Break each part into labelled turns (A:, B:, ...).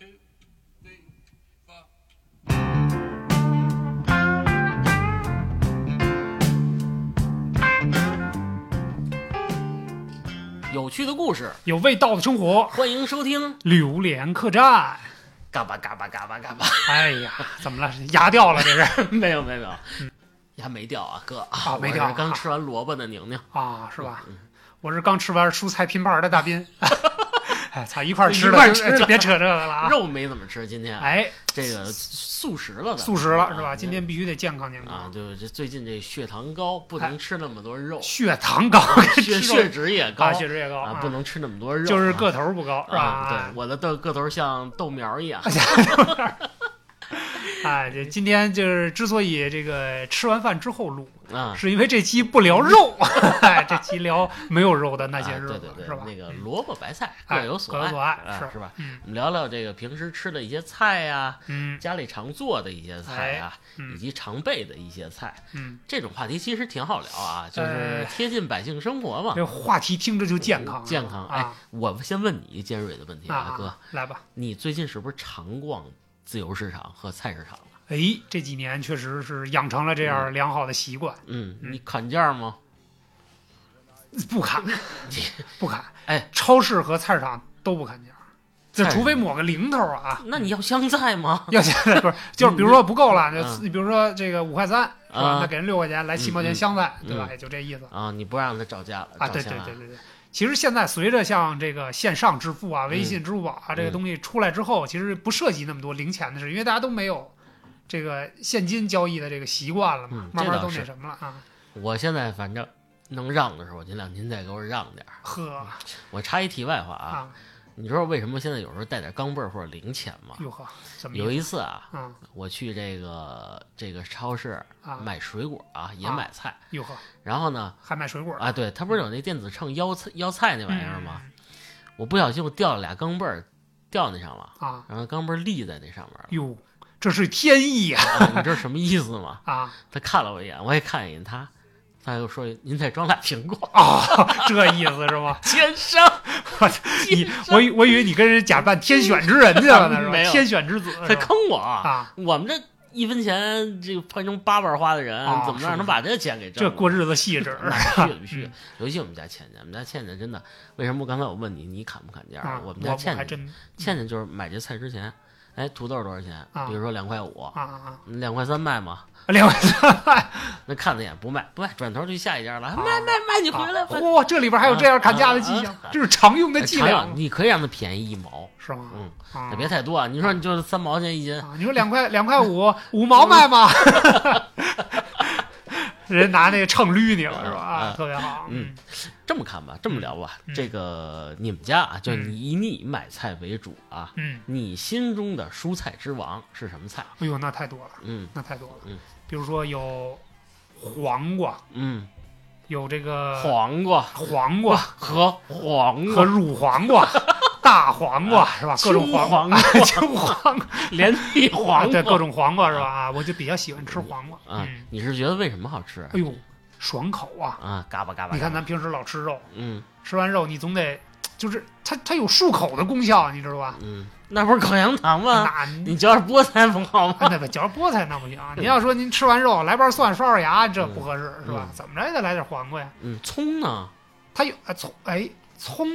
A: two, three, four. 有趣的故事，
B: 有味道的生活，
A: 欢迎收听。
B: 榴莲客栈。
A: 嘎巴嘎巴嘎巴嘎巴，
B: 哎呀，怎么了？牙掉了这是
A: 没有没有没有，还没掉啊，哥
B: 啊没掉啊
A: 我是刚吃完萝卜的宁宁，嗯
B: 啊，是吧？我是刚吃完蔬菜拼盘的大斌。 哎，操，一块儿吃
A: 一
B: 的，
A: 块儿吃的
B: 就别扯这个了啊！
A: 肉没怎么吃，今天
B: 哎，
A: 这个素食了的，
B: 素食了是
A: 啊
B: 吧？今天必须得健康健
A: 啊，
B: 康。
A: 就是这最近这血糖高，不能吃那么多肉，
B: 血糖高，
A: 啊血
B: 哎吃肉
A: 血脂也高
B: 啊，血脂也高
A: 啊，不能吃那么多肉，
B: 就是
A: 啊
B: 个头不高是
A: 啊，
B: 吧？
A: 对，我的豆个头像豆苗一样，
B: 哎，这今天就是之所以这个吃完饭之后录，
A: 啊，
B: 是因为这期不 聊肉，哎这期聊没有肉的那些
A: 啊
B: 日
A: 对
B: 子
A: 对
B: 是
A: 对，
B: 吧？
A: 那个萝卜白菜
B: 哎
A: 各有所
B: 各有所爱
A: 啊
B: 是
A: 是吧？
B: 嗯
A: 我们聊聊这个平时吃的一些菜呀，
B: 嗯
A: 家里常做的一些菜啊，以
B: 嗯
A: 及常备的一些菜，
B: 嗯，
A: 这种话题其实挺好聊啊，就是
B: 呃
A: 贴近百姓生活嘛。
B: 啊这话题听着就健康啊，
A: 健康，哎
B: 啊，
A: 我先问你一尖锐的问题啊，
B: 啊
A: 哥，
B: 来吧。
A: 你最近是不是常逛自由市场和菜市场啊了？
B: 哎，这几年确实是养成了这样良好的习惯，
A: 嗯，
B: 嗯
A: 你砍价吗？
B: 不砍， 不砍。
A: 哎，
B: 超市和菜市场都不砍价，这
A: 菜
B: 除非抹个零头啊。
A: 那你要香菜吗？
B: 要现在不是，就是比如说不够了，
A: 嗯
B: 就你比如说这个五块三是吧
A: 啊？
B: 那给人六块钱，来七毛
A: 嗯
B: 钱
A: 嗯
B: 香菜，对吧
A: 嗯？
B: 也就这意思
A: 啊，你不让他找价了
B: 啊。
A: 找
B: 对
A: 钱
B: 对
A: 了
B: 对对对。其实现在随着像这个线上支付啊、微信、支付宝啊这个
A: 嗯
B: 东西出来之后，其实不涉及那么多零钱的事，因为大家都没有这个现金交易的这个习惯了嘛
A: 嗯，
B: 慢
A: 这
B: 慢
A: 倒
B: 都
A: 是
B: 那什么了啊。
A: 我现在反正能让的时候，尽量您再给我让点儿。
B: 呵
A: 我插一题外话啊，
B: 啊，
A: 你知道为什么现在有时候带点钢镚儿或者零钱吗？
B: 哟呵，怎么
A: 有一次啊，
B: 啊
A: 我去这个这个超市
B: 啊
A: 买水果啊，也
B: 啊
A: 买菜，
B: 哟呵，
A: 然后呢，
B: 还卖水果
A: 啊，对，它不是有那电子秤腰菜腰菜那玩意儿吗？
B: 嗯
A: 我不小心我掉了俩钢镚儿，掉那上了，
B: 啊？
A: 然后钢镚儿 立在那上面了。
B: 哟，这是天意呀！
A: 啊你知道什么意思吗？
B: 啊
A: 他看了我一眼，我也看了一眼他，他又说：“您再装俩苹果，
B: 哦，这意思是吗？
A: 奸商。
B: 你我以我以为你跟人假扮天选之人去了呢，是
A: 没有
B: 吧？天选之子
A: 他
B: 是吧？
A: 坑我！
B: 啊，
A: 我们这一分钱这个盘中八瓣花的人，
B: 啊
A: 怎么让
B: 是
A: 能把这钱给挣了？
B: 这过日子细致
A: 哪儿去不
B: 嗯
A: 去？尤其我们家倩倩，我们家倩倩真的，为什么刚才我问你你砍不砍价？
B: 啊！
A: 我
B: 我
A: 们家倩
B: 还
A: 倩，
B: 真
A: 倩倩就是买这菜之前，哎，土豆多少钱？
B: 啊
A: 比如说两块五，
B: 啊啊
A: 两块三卖吗？
B: 啊！另外，
A: 那看了一眼不卖，不卖，转头去下一家了，
B: 啊
A: 卖卖卖，你回来吧。
B: 嚯，这里边还有这样砍价的迹象
A: 啊啊啊，
B: 这是常用
A: 哎
B: 的伎
A: 尝
B: 俩
A: 尝，你可以让它便宜一毛，
B: 是吗？
A: 嗯，
B: 啊
A: 也别太多啊。你说你就是三毛钱一斤，
B: 啊，你说两块两块五五毛 卖吗？人拿那个秤捋你了是吧？
A: 啊
B: 啊，特别好，
A: 嗯，这么看吧，这么聊吧。
B: 嗯
A: 这个你们家啊，就
B: 嗯
A: 你以你买菜为主啊，
B: 嗯，
A: 你心中的蔬菜之王是什么菜？
B: 哎呦，那太多了，
A: 嗯
B: 那太多了，
A: 嗯，
B: 比如说有黄瓜，
A: 嗯，
B: 有这个
A: 黄瓜
B: 黄瓜
A: 和黄
B: 和
A: 瓜啊
B: 乳 黄瓜、大黄瓜是吧？各种
A: 青
B: 黄
A: 黄
B: 瓜
A: 瓜、
B: 青黄瓜，
A: 连地黄瓜
B: 对，各种黄瓜是吧？啊，我就比较喜欢吃黄瓜，
A: 啊
B: 嗯，，
A: 你是觉得为什么好吃
B: 哎呦，爽口啊！
A: 啊？嘎巴嘎巴，
B: 你看咱平时老吃肉，
A: 嗯
B: 吃完肉你总得，就是它它有漱口的功效，你知道吧？
A: 嗯，那不是口香糖吗？
B: 那你哎
A: 你嚼点菠菜不好吗？
B: 那不嚼菠菜那不行，您要说您吃完肉来瓣蒜刷刷牙，这不合适是吧
A: 嗯？
B: 怎么着也得来点黄瓜呀。
A: 嗯，葱呢？
B: 它有啊葱，哎葱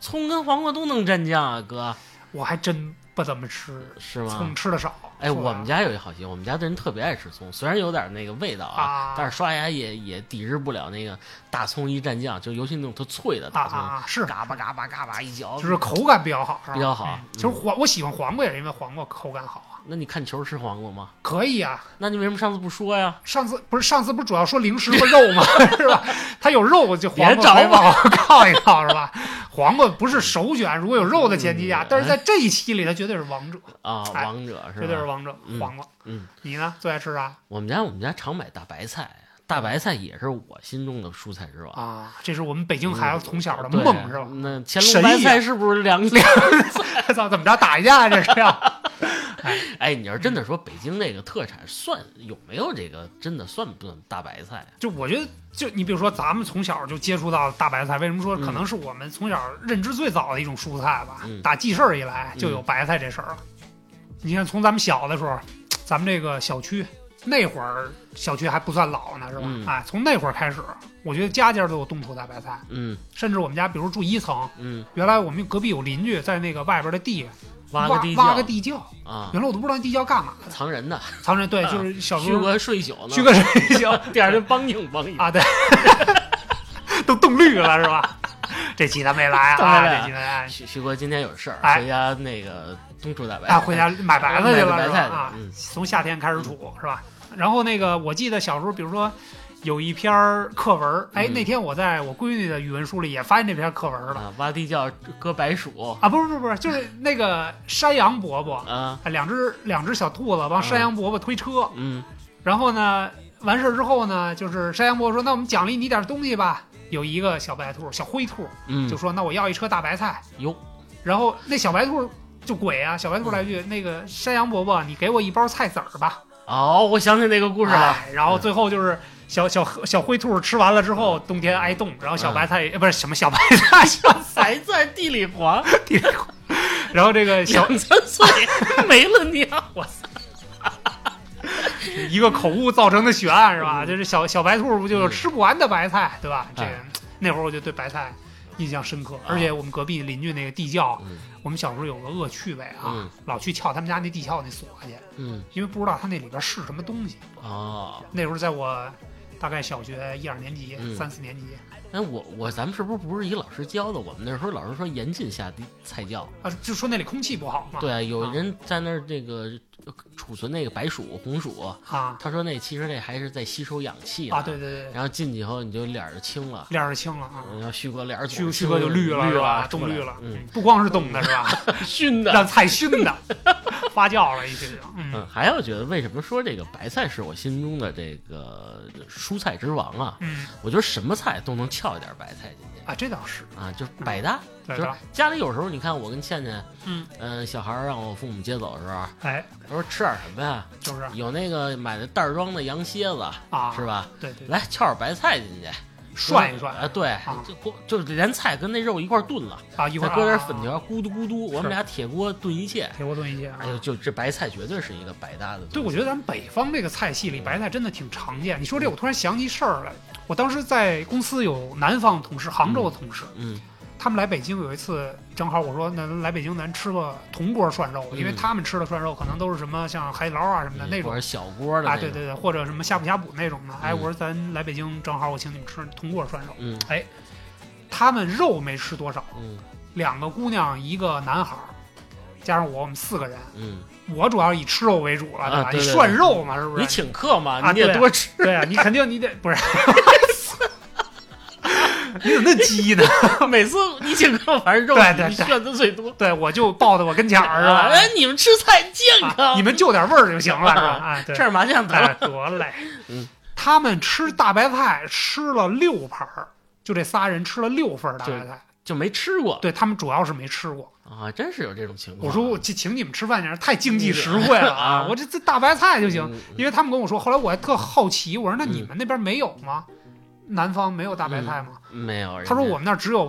A: 葱跟黄瓜都能蘸酱啊，哥，
B: 我还真不怎么吃，
A: 是吗
B: 葱？啊吃的少。
A: 哎，
B: 是吧
A: 我们家有一好习惯，我们家的人特别爱吃葱，虽然有点那个味道啊，
B: 啊
A: 但是刷牙也也抵制不了那个大葱一蘸酱，就尤其那种特脆的
B: 啊
A: 大葱，
B: 啊啊是，
A: 嘎巴嘎巴嘎巴一嚼，
B: 就是口感比较好，是吧
A: 比较好
B: 嗯其实黄我喜欢黄瓜也是因为黄瓜口感好啊，
A: 那你看球吃黄瓜吗？
B: 可以啊。
A: 那你为什么上次不说呀？
B: 上次不是上次不是主要说零食和 肉吗？是吧？它有肉就黄
A: 别
B: 瓜
A: 找
B: 可以往后靠一靠是吧？黄瓜不是首选，如果有肉的前提下
A: 嗯，
B: 但是在这一期里它绝对是王者，
A: 啊，
B: 哎
A: 王者是
B: 绝对是
A: 吧？
B: 王者
A: 嗯。
B: 黄瓜，
A: 嗯，
B: 你呢？最爱吃啥
A: 我们家我们家常买大白菜，大白菜也是我心中的蔬菜之王。
B: 啊？这是我们北京孩子从小的
A: 嗯对
B: 梦是吧？
A: 那乾
B: 神啊
A: 隆
B: 一
A: 白
B: 样
A: 菜是不是凉凉？
B: 啊操，怎么着打一架这是要？
A: 哎，你要真
B: 嗯
A: 的说北京那个特产蒜有没有这个真的算不算大白菜啊？
B: 就我觉得，就你比如说，咱们从小就接触到大白菜，为什么说
A: 嗯
B: 可能是我们从小认知最早的一种蔬菜吧？
A: 嗯
B: 打记事儿以来就有白菜这事儿了。你看，从咱们小的时候，咱们这个小区那会儿小区还不算老呢，是吧？
A: 嗯
B: 哎，从那会儿开始，我觉得家家都有冻土大白菜，
A: 嗯
B: 甚至我们家，比如住一层，
A: 嗯，
B: 原来我们隔壁有邻居在那个外边的地
A: 挖
B: 挖
A: 地
B: 挖
A: 窖
B: 个地窖，
A: 啊，
B: 原来我都不知道那地窖干嘛的。
A: 藏人的，
B: 藏人对，
A: 啊
B: 就是小时
A: 旭
B: 候
A: 哥睡宿呢，
B: 去个水
A: 行，第二天梆硬梆硬。
B: 啊，对， 都冻绿了是吧？ 这期他没来
A: 他没
B: 啊，
A: 来
B: 这期没来
A: 旭旭哥今天有事儿，
B: 哎
A: 回家那个东出大白
B: 啊，回家买白菜去了
A: 哎买白
B: 是吧？
A: 菜
B: 啊，
A: 嗯
B: 从夏天开始储是吧？然后那个我记得小时候，比如说有一篇儿课文儿，哎，
A: 嗯
B: 那天我在我闺女的语文书里也发现这篇课文了
A: 啊，挖地窖割白薯
B: 啊，不是不是不是，就是那个山羊伯伯，
A: 啊，
B: 啊两只两只小兔子帮山羊伯伯推车，
A: 嗯
B: 然后呢，完事儿之后呢，就是山羊伯伯说：“那我们奖励你点东西吧。”有一个小白兔，小灰兔，
A: 嗯，
B: 就说：“那我要一车大白菜。
A: 哟，”
B: 然后那小白兔就鬼啊，小白兔来一句：“
A: 嗯
B: 那个山羊伯伯，你给我一包菜籽儿吧。
A: 哦，我想起那个”故事了，
B: 哎，然后最后就是小小小灰兔吃完了之后，冬天挨
A: 嗯
B: 冻，然后小白菜、呃不是什么小白 菜，小
A: 还在地里黄，
B: 地，然后这个小
A: 两三岁没了娘，我操，
B: 一个口误造成的悬案是吧？就是小小白兔不就是吃不完的白菜，对吧？这个
A: 嗯哎啊
B: 那会儿我就对白菜印象深刻，而且我们隔壁邻居那个地窖
A: 嗯，
B: 我们小时候有个恶趣味啊
A: 嗯，
B: 老去撬他们家那地窖那锁去，
A: 嗯，
B: 因为不知道他那里边是什么东西。
A: 哦，
B: 那时候在我大概小学一二年级、
A: 嗯
B: 三四年级
A: 哎，我我咱们是不是不是一老师教的？我们那时候老师说严禁下地菜窖，
B: 啊，就说那里空气不好嘛。
A: 对啊，有
B: 啊
A: 人在那儿这个呃储存那个白薯、红薯，
B: 啊
A: 他说那其实那还是在吸收氧气呢
B: 啊，对，对对，
A: 然后进去以后你就脸儿就青了，
B: 脸儿青了啊。
A: 然后旭哥脸儿
B: 旭
A: 肿
B: 旭哥就绿了
A: 嗯绿
B: 是吧？
A: 出
B: 冻
A: 来
B: 绿了，嗯
A: 嗯，
B: 不光是冻的是吧？
A: 熏的。
B: 让菜熏的，发酵了已经。嗯，
A: 嗯，还有觉得为什么说这个白菜是我心中的这个蔬菜之王啊？
B: 嗯
A: 我觉得什么菜都能翘一点白菜进去
B: 啊，这倒是，
A: 啊，就是百搭。
B: 对
A: 就是
B: 的，
A: 家里有时候你看我跟倩倩，
B: 嗯
A: 嗯、小孩儿让我父母接走的时候，
B: 哎，
A: 他说吃点什么呀？
B: 就是
A: 有那个买的袋儿装的羊蝎子，
B: 啊，
A: 是吧？
B: 对对，对
A: 来翘点白菜进去，
B: 涮一涮
A: 啊，对，就锅就是连菜跟那肉一块儿炖了，
B: 啊，一会
A: 再
B: 儿
A: 搁点
B: 啊
A: 粉，条，咕嘟咕嘟，我们俩铁锅炖一切。
B: 铁锅炖一些啊
A: 哎。呦，就这白菜绝对是一个百搭的东西。
B: 对，我觉得咱们北方这个菜系里白菜真的挺常见。你说这，我突然想起事儿来。我当时在公司有南方同事，杭州的同事，
A: 嗯
B: 他们来北京有一次，正好我说那来北京咱吃个铜锅涮肉，因为
A: 嗯
B: 他们吃的涮肉可能都是什么像海底捞啊什么的
A: 嗯
B: 那种
A: 或者小锅的
B: 啊，
A: 那
B: 对
A: 种
B: 对对，或者什么呷哺呷哺那种的。哎，
A: 嗯
B: 我说咱来北京，正好我请你们吃铜锅涮肉。哎
A: 嗯
B: 他们肉没吃多少，
A: 嗯
B: 两个姑娘一个男孩儿，加上我，我们四个人。
A: 嗯，
B: 我主要以吃肉为主了，
A: 啊
B: 吧？
A: 对对
B: 你
A: 对
B: 涮肉嘛，是不
A: 你
B: 是？
A: 请客嘛，
B: 啊
A: 你也
B: 对啊
A: 多吃。
B: 对啊，你肯定你得不是。 你怎么那鸡呢？
A: 每次你请客，反正肉
B: 对对
A: 你
B: 对
A: 炫的最多。
B: 对，我就抱在我跟前儿是吧
A: 啊 哎，你们吃菜健
B: 啊？
A: 康，
B: 你们就点味儿就行了是吧？啊，对
A: 吃，点麻酱得
B: 哎
A: 了。
B: 多嘞。
A: 嗯，
B: 他们吃大白菜吃了六盘儿，就这仨人吃了六份儿大白菜。
A: 就没吃过
B: 对他们主要是没吃过。
A: 啊，真是有这种情况。啊
B: 我说我请请你们吃饭简直太经济实惠了啊！
A: 嗯
B: 我这这大白菜就行，
A: 嗯
B: 因为他们跟我说，后来我还特好奇，我说那你们那边没有吗？南方没有大白菜吗？
A: 没有。
B: 他说我们那儿只有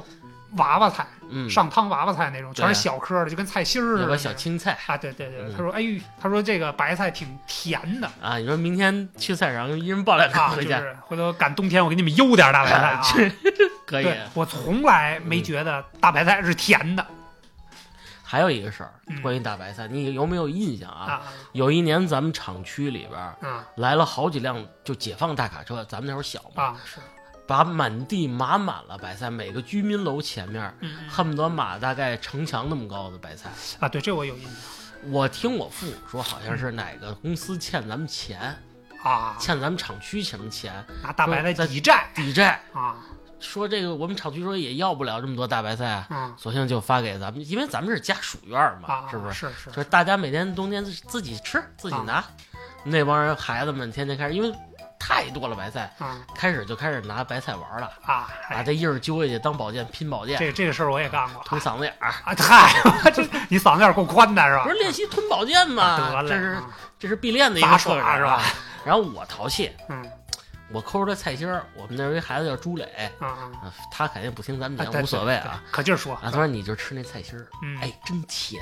B: 娃娃菜，
A: 嗯，
B: 上汤娃娃菜那种，
A: 对
B: 全
A: 啊
B: 是小颗的，就跟菜心儿似
A: 要
B: 的
A: 不
B: 那
A: 然小
B: 种。
A: 青菜
B: 啊，对对对，
A: 嗯
B: 他说，哎呦，他说这个白菜挺甜的
A: 啊，你说明天去菜市场，一人抱两
B: 啊，
A: 颗
B: 就
A: 回家，
B: 是回头赶冬天我给你们邮点大 白菜啊。
A: 可以。
B: 对，我从来没觉得大白菜是甜的
A: 还有一个事儿
B: 嗯，
A: 关于大白菜，你有没有印象啊？
B: 啊
A: 有一年咱们厂区里边儿
B: 啊
A: 来了好几辆就解放大卡车，咱们那会儿小嘛，
B: 啊是，
A: 把满地码满了白菜，每个居民楼前面儿
B: 嗯嗯
A: 恨不得码大概城墙那么高的白菜。
B: 啊对，这我有印
A: 我听我父母说，好像是哪个公司欠咱们钱，
B: 象啊，
A: 欠咱们厂区什么钱
B: 拿大白菜抵债
A: 抵债，
B: 啊
A: 说这个我们厂区说也要不了这么多大白菜啊，
B: 啊
A: 索性就发给咱们，因为咱们是家属院儿嘛，
B: 啊，
A: 是不是？
B: 是啊是
A: 就是大家每天冬天自己吃自己拿，那帮人孩子们天天开始，因为太多了白菜，
B: 啊
A: 开始就开始拿白菜玩了，
B: 啊！
A: 把
B: 哎
A: 这叶儿揪下去当宝剑拼宝剑，
B: 这这个事儿我也干过。
A: 捅嗓子眼儿，
B: 啊，嗨，这你嗓子眼儿够宽的是吧
A: 不？是练习吞宝剑
B: 得
A: 吗？
B: 嘞，
A: 这是
B: 啊
A: 这是必练的一
B: 杂
A: 个特
B: 耍
A: 质啊
B: 是吧？？
A: 然后我淘气，
B: 嗯
A: 我抠出来菜心儿，我们那儿有一孩子叫朱磊，
B: 啊啊
A: 啊他肯定不听咱们
B: 啊，
A: 讲，
B: 对
A: 无所谓啊。，
B: 对对可劲儿说
A: 啊，，他说你就吃那菜心儿，
B: 嗯，
A: 哎，真甜，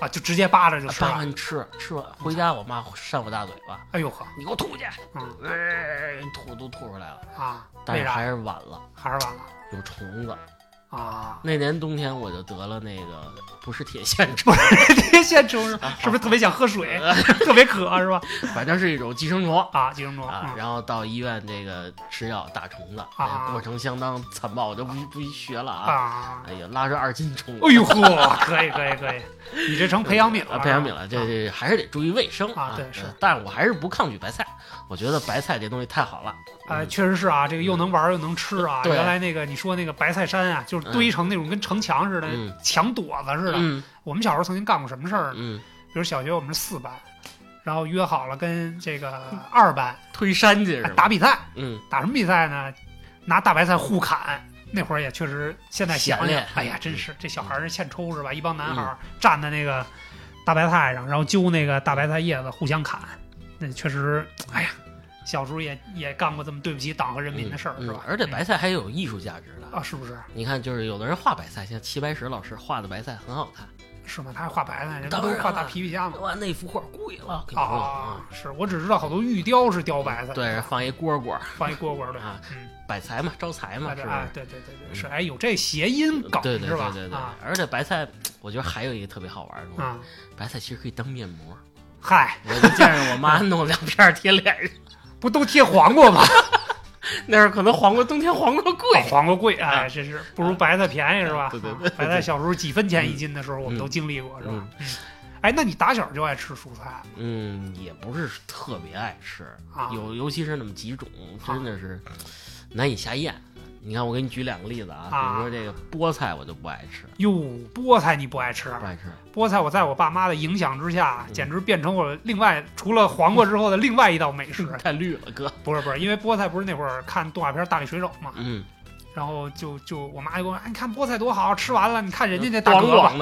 B: 啊，就直接扒着就吃
A: 扒
B: 了。
A: 完吃，吃完回家我妈扇我大嘴巴，
B: 哎呦呵，
A: 你给我吐去，
B: 嗯
A: 哎，吐都吐出来了，
B: 啊，
A: 但
B: 为
A: 是
B: 啥
A: 还是晚了，
B: 还是完了
A: 有虫子。
B: 啊？
A: 那年冬天我就得了那个不是铁线虫，
B: 这现虫是
A: 啊
B: 是不是特别想喝水，特别渴是吧？
A: 反正是一种寄生虫
B: 啊，寄生虫
A: 啊。
B: 嗯
A: 然后到医院这个吃药打虫子，
B: 啊
A: 哎过程相当惨暴，我就不不学了啊。
B: 啊，
A: 哎呀，拉着二斤虫子
B: 哎呦呵，可以可以可以，你这成培养皿
A: 啊，
B: 了，
A: 培养皿了，这这还是得注意卫生
B: 啊对是
A: 呃但我还是不抗拒白菜，我觉得白菜这东西太好了。
B: 哎，
A: 嗯，
B: 确实是啊，这个又能玩儿又能吃啊。
A: 对
B: 原来那个你说那个白菜山啊，就是堆成那种跟城墙似的、
A: 嗯
B: 墙垛子似的。啊
A: 嗯
B: 我们小时候曾经干过什么事儿呢？
A: 嗯，
B: 比如小学我们是四班，然后约好了跟这个二班、
A: 推山去是
B: 哎
A: 吧？
B: 打比赛，
A: 嗯，
B: 打什么比赛呢？拿大白菜互砍。那会儿也确实，现在
A: 闲
B: 想想
A: 练，嗯
B: 哎呀，真是这小孩儿是欠抽是吧？一帮男孩儿站在那个大白菜上，然后揪那个大白菜叶子互相砍，那确实，哎呀，小时候也也干过这么对不起党和人民的事儿、
A: 嗯
B: 是
A: 嗯
B: 吧？哎
A: 而且白菜还有艺术价值的。
B: 啊，是不是？
A: 你看，就是有的人画白菜，像齐白石老师画的白菜很好看，
B: 是吗？他还画白菜，人
A: 当
B: 都
A: 然
B: 画大
A: 了
B: 皮皮虾嘛。
A: 哇，那幅画贵了，给我弄
B: 啊，是我只知道好多玉雕是雕白菜，
A: 嗯对，放一蝈蝈，
B: 放一蝈蝈的
A: 啊，
B: 嗯，
A: 摆财嘛，招财嘛，
B: 哎
A: 是
B: 对
A: 不
B: 哎
A: 是？
B: 对对对对，是哎，有这谐音梗
A: 对对
B: 是吧
A: 对？对对
B: 啊，
A: 而且白菜，我觉得还有一个特别好玩的东西，
B: 啊，
A: 白菜其实可以当面膜。
B: 嗨，
A: 我就见着我 妈弄两片儿贴脸上，
B: 不都贴黄瓜吗？
A: 那时候可能黄瓜冬天黄瓜贵
B: 啊，黄瓜贵，
A: 啊
B: 哎，真是不如白菜便宜是吧？
A: 对对对
B: 啊白菜小时候几分钱一斤的时候，我
A: 嗯
B: 们都经历过是吧？嗯哎，那你打小就爱吃蔬菜
A: 嗯，也不是特别爱吃，
B: 啊？
A: 有尤其是那么几种，
B: 啊
A: 真的是难以下咽。你看，我给你举两个例子啊，
B: 啊
A: 比如说这个菠菜，我就不爱吃，
B: 哟，菠菜你不爱吃？啊
A: 不爱吃。
B: 菠菜，我在我爸妈的影响之
A: 嗯
B: 下，啊简直变成我另外除了黄瓜之后的另外一道美食。
A: 太绿了，哥。
B: 不是不是，因为菠菜不是那会儿看动画片《大力水手》嘛，
A: 嗯，
B: 然后就就我妈就跟我说：“哎，你看菠菜多好，吃完了，你看人家那大
A: 光
B: 胳
A: 光
B: 膊，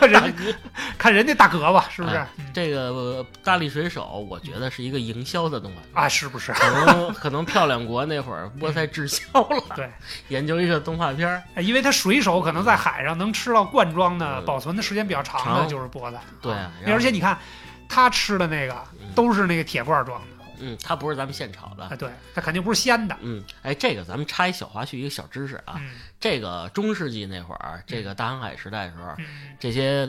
A: 的。
B: 人家看人家大胳膊是不是？
A: 哎
B: 嗯
A: 这个呃大力水手，我觉得是一个营销的动画片。
B: 啊，是不是？
A: 可能可能漂亮国那会儿菠菜滞销了，
B: 对，
A: 研究一个动画片儿，
B: 哎因为它水手可能在海上能吃到罐装的，
A: 嗯
B: 保存的时间比较长的
A: 长
B: 就是菠菜。
A: 对
B: 啊
A: 然后
B: 而且你看他吃的那个
A: 嗯
B: 都是那个铁罐装的，
A: 嗯，它不是咱们现炒的
B: 啊，，对，它肯定不是鲜的。
A: 嗯，哎，这个咱们插一小花絮，一个小知识啊，
B: 嗯
A: 这个中世纪那会儿，这个大航海时代的时候，
B: 嗯
A: 这些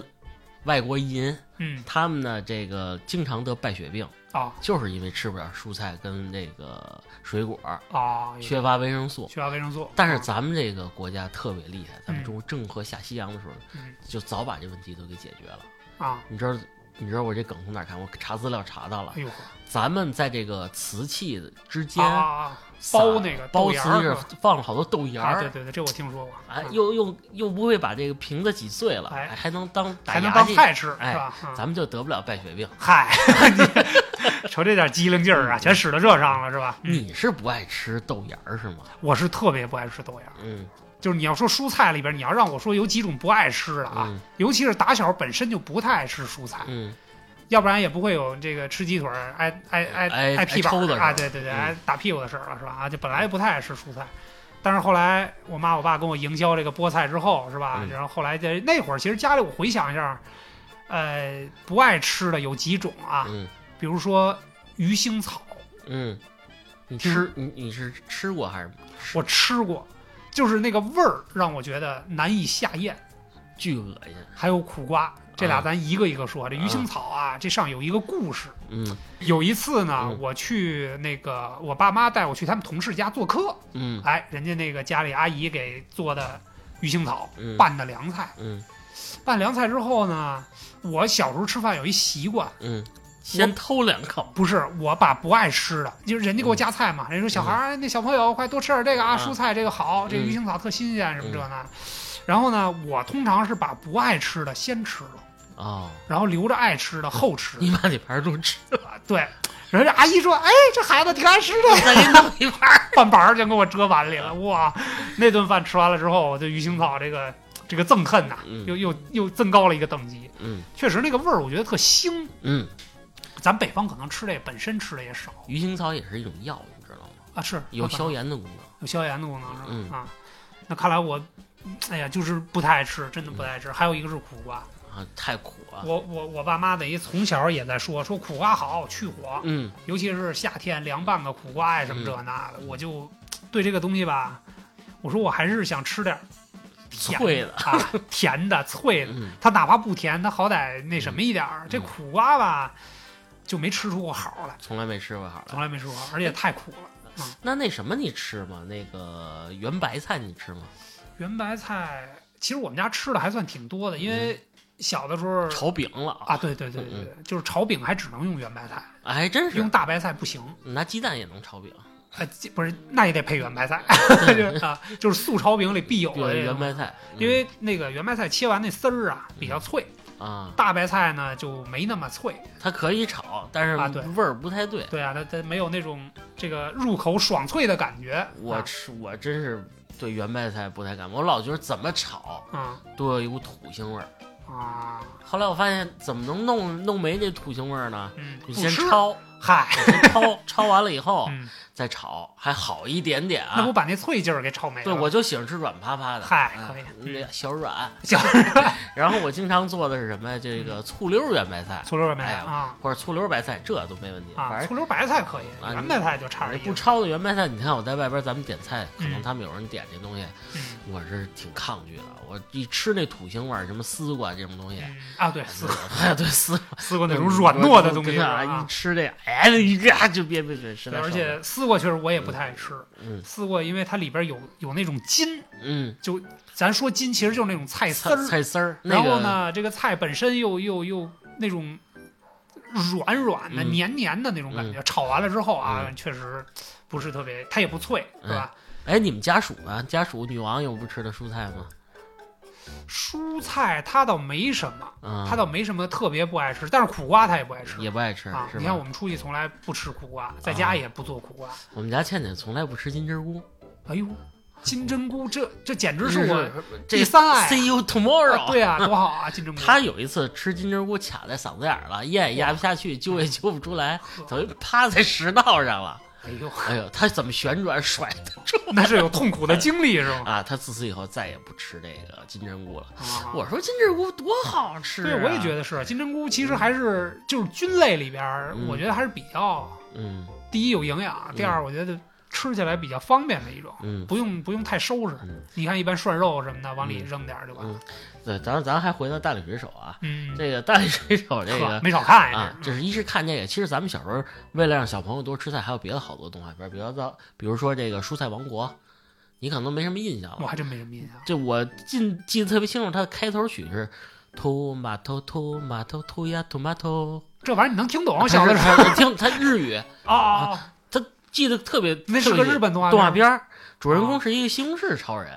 A: 外国移民
B: 嗯
A: 他们呢，这个经常得败血病，
B: 啊
A: 就是因为吃不了蔬菜跟这个水果，
B: 啊，
A: 缺乏维生素。
B: 需要维生素，啊
A: 但是咱们这个国家特别厉害，咱们
B: 哦嗯
A: 中国郑和下西洋的时候，
B: 嗯
A: 就早把这问题都给解决了。
B: 啊，
A: 你知道，你知道我这梗从哪儿看？我查资料查到了
B: 哎，呦，
A: 咱们在这个瓷器之间
B: 啊啊啊
A: 撒
B: 包那个
A: 包
B: 豆
A: 瓷
B: 芽儿是
A: 是
B: 吧
A: 放了好多豆芽
B: 啊，对
A: 儿，
B: 对对，这我听说过。
A: 哎
B: 啊，
A: 又又又不会把这个瓶子挤碎了，
B: 哎
A: 哎还能当打
B: 还能
A: 牙
B: 当
A: 祭，
B: 菜吃，
A: 哎
B: 是吧？嗯
A: 咱们就得不了败血病。
B: 嗨， 你瞅这点机灵劲儿
A: 嗯
B: 啊，全使到这上了是吧？嗯，
A: 你是不爱吃豆芽儿是吗？
B: 我是特别不爱吃豆芽儿，
A: 嗯
B: 就是你要说蔬菜里边，你要让我说有几种不爱吃的啊，
A: 嗯
B: 尤其是打小本身就不太爱吃蔬菜，
A: 嗯，
B: 要不然也不会有这个吃鸡腿儿挨挨
A: 挨
B: 挨挨屁
A: 挨哎抽
B: 股
A: 的事儿
B: 啊，对对对，
A: 嗯
B: 挨打屁股的事儿了是吧？啊，就本来就不太爱吃蔬菜。但是后来，我妈我爸跟我营销这个菠菜之后，是吧？
A: 嗯
B: 然后后来这那会儿，其实家里我回想一下，呃，不爱吃的有几种啊，
A: 嗯
B: 比如说鱼腥草，
A: 嗯，你吃你你是吃过还是
B: 我吃过，就是那个味儿让我觉得难以下咽。
A: 巨恶心？
B: 还有苦瓜，这俩
A: 啊
B: 咱一个一个说。这鱼腥
A: 啊
B: 草啊，这上有一个故事。
A: 嗯
B: 有一次呢，
A: 嗯
B: 我去那个我爸妈带我去他们同事家做客，
A: 嗯
B: 哎，人家那个家里阿姨给做的鱼腥草
A: 嗯
B: 拌的凉菜。
A: 嗯
B: 拌凉菜之后呢，我小时候吃饭有一习惯，
A: 嗯，先偷两口。
B: 不是我把不爱吃的，就是人家给我夹菜嘛，人家说小孩儿、哎那小朋友快多吃点这个啊，
A: 嗯啊
B: 蔬菜这个好，这个
A: 嗯
B: 鱼腥草特新鲜什么这那。然后呢，我通常是把不爱吃的先吃了，
A: 哦，
B: 然后留着爱吃的后吃。
A: 你把里盘儿都吃了，
B: 对，人家阿姨说：“哎，这孩子挺爱吃的，
A: 再给你弄一盘儿。
B: 饭板儿全给我折碗里了。”哇，那顿饭吃完了之后，我对鱼腥草这个这个憎恨呐、
A: 嗯
B: 又又又增高了一个等级。
A: 嗯
B: 确实，那个味儿我觉得特腥。
A: 嗯，
B: 咱北方可能吃这本身吃的也少
A: 鱼腥草也是一种药，你知道吗？
B: 啊，是
A: 有
B: 消
A: 消炎的功能。
B: 有消炎的功能是吧？
A: 嗯
B: 啊，那看来我，哎呀，就是不太爱吃，真的不太爱吃。还有一个是苦瓜，
A: 嗯啊，太苦了。
B: 我我我爸妈等于从小也在说说苦瓜好去火，
A: 嗯
B: 尤其是夏天凉拌个苦瓜呀什么这那的，我就对这个东西吧，我说我还是想吃点儿甜
A: 脆的
B: 啊，甜的脆的。
A: 嗯
B: 它哪怕不甜，它好歹那什么一点儿。这苦瓜吧，就没吃出过好来，
A: 从来没吃过好
B: 从
A: 的。
B: 来没吃过好，
A: 哎
B: 而且太苦了。
A: 那那什么你吃吗？那个圆白菜你吃吗？
B: 圆白菜，其实我们家吃的还算挺多的，因为小的时候
A: 嗯炒饼了
B: 啊，！对对对对，对，就是炒饼还只能用圆白菜，
A: 哎，真是
B: 用大白菜不行。
A: 拿鸡蛋也能炒饼，
B: 啊，这不是，那也得配圆白菜 就啊，就是素炒饼里必有
A: 对，
B: 的这
A: 圆
B: 种
A: 白菜。
B: 因为那个圆白菜切完那丝儿啊比较脆，
A: 嗯啊，
B: 大白菜呢就没那么脆。
A: 它可以炒，但是
B: 啊对
A: 味儿不太对。
B: 对啊，它它没有那种这个入口爽脆的感觉。啊
A: 我吃我真是对圆白菜不太感冒，我老觉得怎么炒
B: 啊
A: 都有一股土腥味儿。
B: 啊
A: 后来我发现怎么能弄弄没这土腥味儿呢？
B: 嗯，
A: 你
B: 不
A: 先
B: 吃
A: 焯，
B: 嗨，
A: 先焯，焯完了以后
B: 嗯，
A: 再炒，还好一点点
B: 那
A: 啊
B: 不。把那脆劲儿给炒没了？
A: 对，我就喜欢吃软趴趴的，
B: 嗨
A: 啊
B: 可以
A: 那个小软。
B: 想
A: 然后我经常做的是什么呀？这
B: 嗯
A: 个醋溜儿圆白菜
B: 醋溜白菜
A: 哎呦
B: 啊
A: 或者醋溜儿白菜，这都没问题。反
B: 啊，
A: 正
B: 醋溜白菜可以，
A: 啊
B: 圆白菜就差点
A: 你
B: 意
A: 不
B: 思。
A: 焯的圆白菜，你看我在外边咱们点菜，可能
B: 嗯
A: 他们有人点这东西，
B: 嗯
A: 我是挺抗拒的。我一吃那土腥味儿，什么丝瓜这种东西，
B: 嗯啊，对，丝瓜
A: 哎，对丝瓜
B: 丝瓜那种软糯的东西
A: 真
B: 是吧
A: 啊，一
B: 啊，
A: 吃这，哎，一呀就别别别，实在
B: 而
A: 受不了
B: 且丝瓜确实我也不太爱吃。
A: 嗯
B: 丝瓜因为它里边有有那种筋，
A: 嗯，
B: 就咱说筋其实就是那种菜丝
A: 菜
B: 儿，
A: 菜丝儿，那
B: 然后
A: 个
B: 呢，这个菜本身又又又那种软软的、
A: 嗯
B: 黏黏的那种感觉，炒完了之后啊，确实不是特别，它也不脆，是吧？
A: 哎，你们家属呢？家属女王有不吃的蔬菜吗？
B: 蔬菜它倒没什么，
A: 嗯，
B: 它倒没什么特别不爱吃，但是苦瓜它也不爱吃。
A: 也不爱吃，
B: 啊，
A: 是
B: 你看我
A: 吧？啊
B: 们出去从来不吃苦瓜，在家也不做苦瓜。
A: 我们家倩倩从来不吃金针菇，
B: 哎呦，金针菇这这简直
A: 这
B: 是我
A: 这
B: 第三爱啊
A: See you
B: 啊
A: E tomorrow。
B: 对啊，多好啊，金针菇。
A: 他有一次吃金针菇卡在嗓子眼儿了，咽也咽不下去，揪也揪不出来，等于趴在食道上了。
B: 哎呦，
A: 哎呦，他怎么旋转甩的
B: 那是有痛苦的经历是 吗？
A: 啊？他自此以后再也不吃这个金针菇了。
B: 啊
A: 我说金针菇多好吃、啊，
B: 对，我也觉
A: 得，
B: 得是金针菇，其实还是就是菌类里边儿，
A: 嗯
B: 我觉得还是比较
A: 嗯
B: 第一有营养，第二我觉得吃起来比较方便的一种，
A: 嗯
B: 不用不用太收拾
A: 嗯。
B: 你看一般涮肉什么的，往里扔点儿就完了。
A: 嗯，对，咱咱还回到大力水手啊，
B: 嗯，
A: 这个大力水手这
B: 呵
A: 个
B: 没少看呀
A: 啊，，这是一是看这个，其实咱们小时候为了让小朋友多吃菜，还有别的好多动画片，比如到比如说这个《蔬菜王国》，你可能没什么印象
B: 我
A: 了。
B: 还真没什么印象。
A: 这我记记得特别清楚，它的开头曲是。tomato tomato to 呀 tomato，
B: 这玩意儿你能听
A: 啊
B: 懂？小的时 候
A: 候听它日语，
B: 哦哦，哦
A: 他记得特别，
B: 那是
A: 啊特
B: 个
A: 别
B: 日本动画
A: 动画
B: 片
A: 片儿，主人公是一个西红柿超人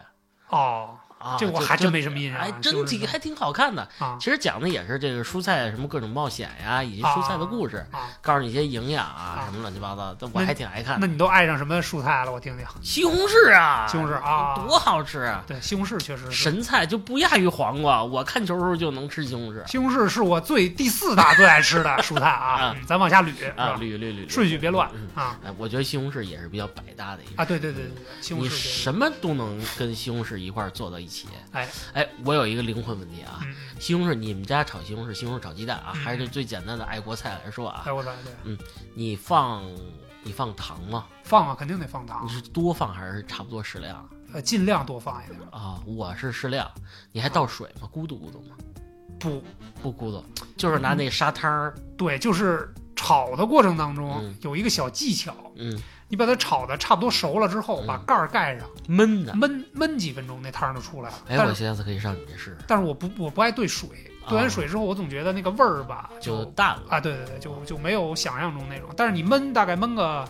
B: 哦，
A: 啊，
B: 这我还真没什么印象
A: 还
B: 西
A: 真
B: 红柿
A: 挺
B: 超人
A: 还挺好看的。
B: 啊
A: 其实讲的也是这个蔬菜什么各种冒险呀，以及蔬菜的故事，
B: 啊！
A: 告诉你一些营养啊
B: 啊
A: 什么乱七八糟，的，我
B: 那
A: 还挺爱看
B: 那
A: 的。
B: 你都爱上什么蔬菜了？我听听。
A: 西红柿啊，
B: 西红柿啊
A: 多好吃啊！
B: 对，西红柿确实是。
A: 神菜就不亚于黄瓜，我看球时候就能吃西红柿
B: 西红柿是我最第四大最爱吃的蔬菜啊
A: 啊！
B: 嗯咱往下捋是
A: 啊，
B: 吧？
A: 绿绿绿
B: 顺序别乱
A: 嗯
B: 啊
A: 哎，我觉得西红柿也是比较百搭的一个，
B: 啊！对对对对，西红
A: 你
B: 柿
A: 什么都能跟西红柿一块儿做到一起。
B: 对，哎，
A: 哎，我有一个灵魂问题啊，
B: 嗯，
A: 西红柿，你们家炒西红柿，西红柿炒鸡蛋啊，
B: 嗯
A: 还是最简单的爱国菜来说啊
B: 哎，我操，对，
A: 你放你放糖吗？
B: 放啊，肯定得放糖
A: 你，是多放还是差不多适量
B: 呃，尽量多放一点，
A: 啊？我是适量，你还倒水吗？咕嘟咕嘟吗？
B: 不
A: 不咕嘟，就是拿那砂汤儿，
B: 对，就是炒的过程当中
A: 嗯
B: 有一个小技巧，
A: 嗯，
B: 你把它炒的差不多熟了之后，
A: 嗯
B: 把盖儿盖上，
A: 焖的。
B: 焖焖几分钟，那汤儿就出来了。
A: 哎，
B: 但
A: 我
B: 是
A: 下次可以上你这试试，
B: 但是我不我不爱兑水，兑
A: 啊
B: 完水之后，我总觉得那个味儿吧，
A: 就
B: 就
A: 淡了。
B: 啊，对对对，就就没有想象中那种。但是你焖大概焖个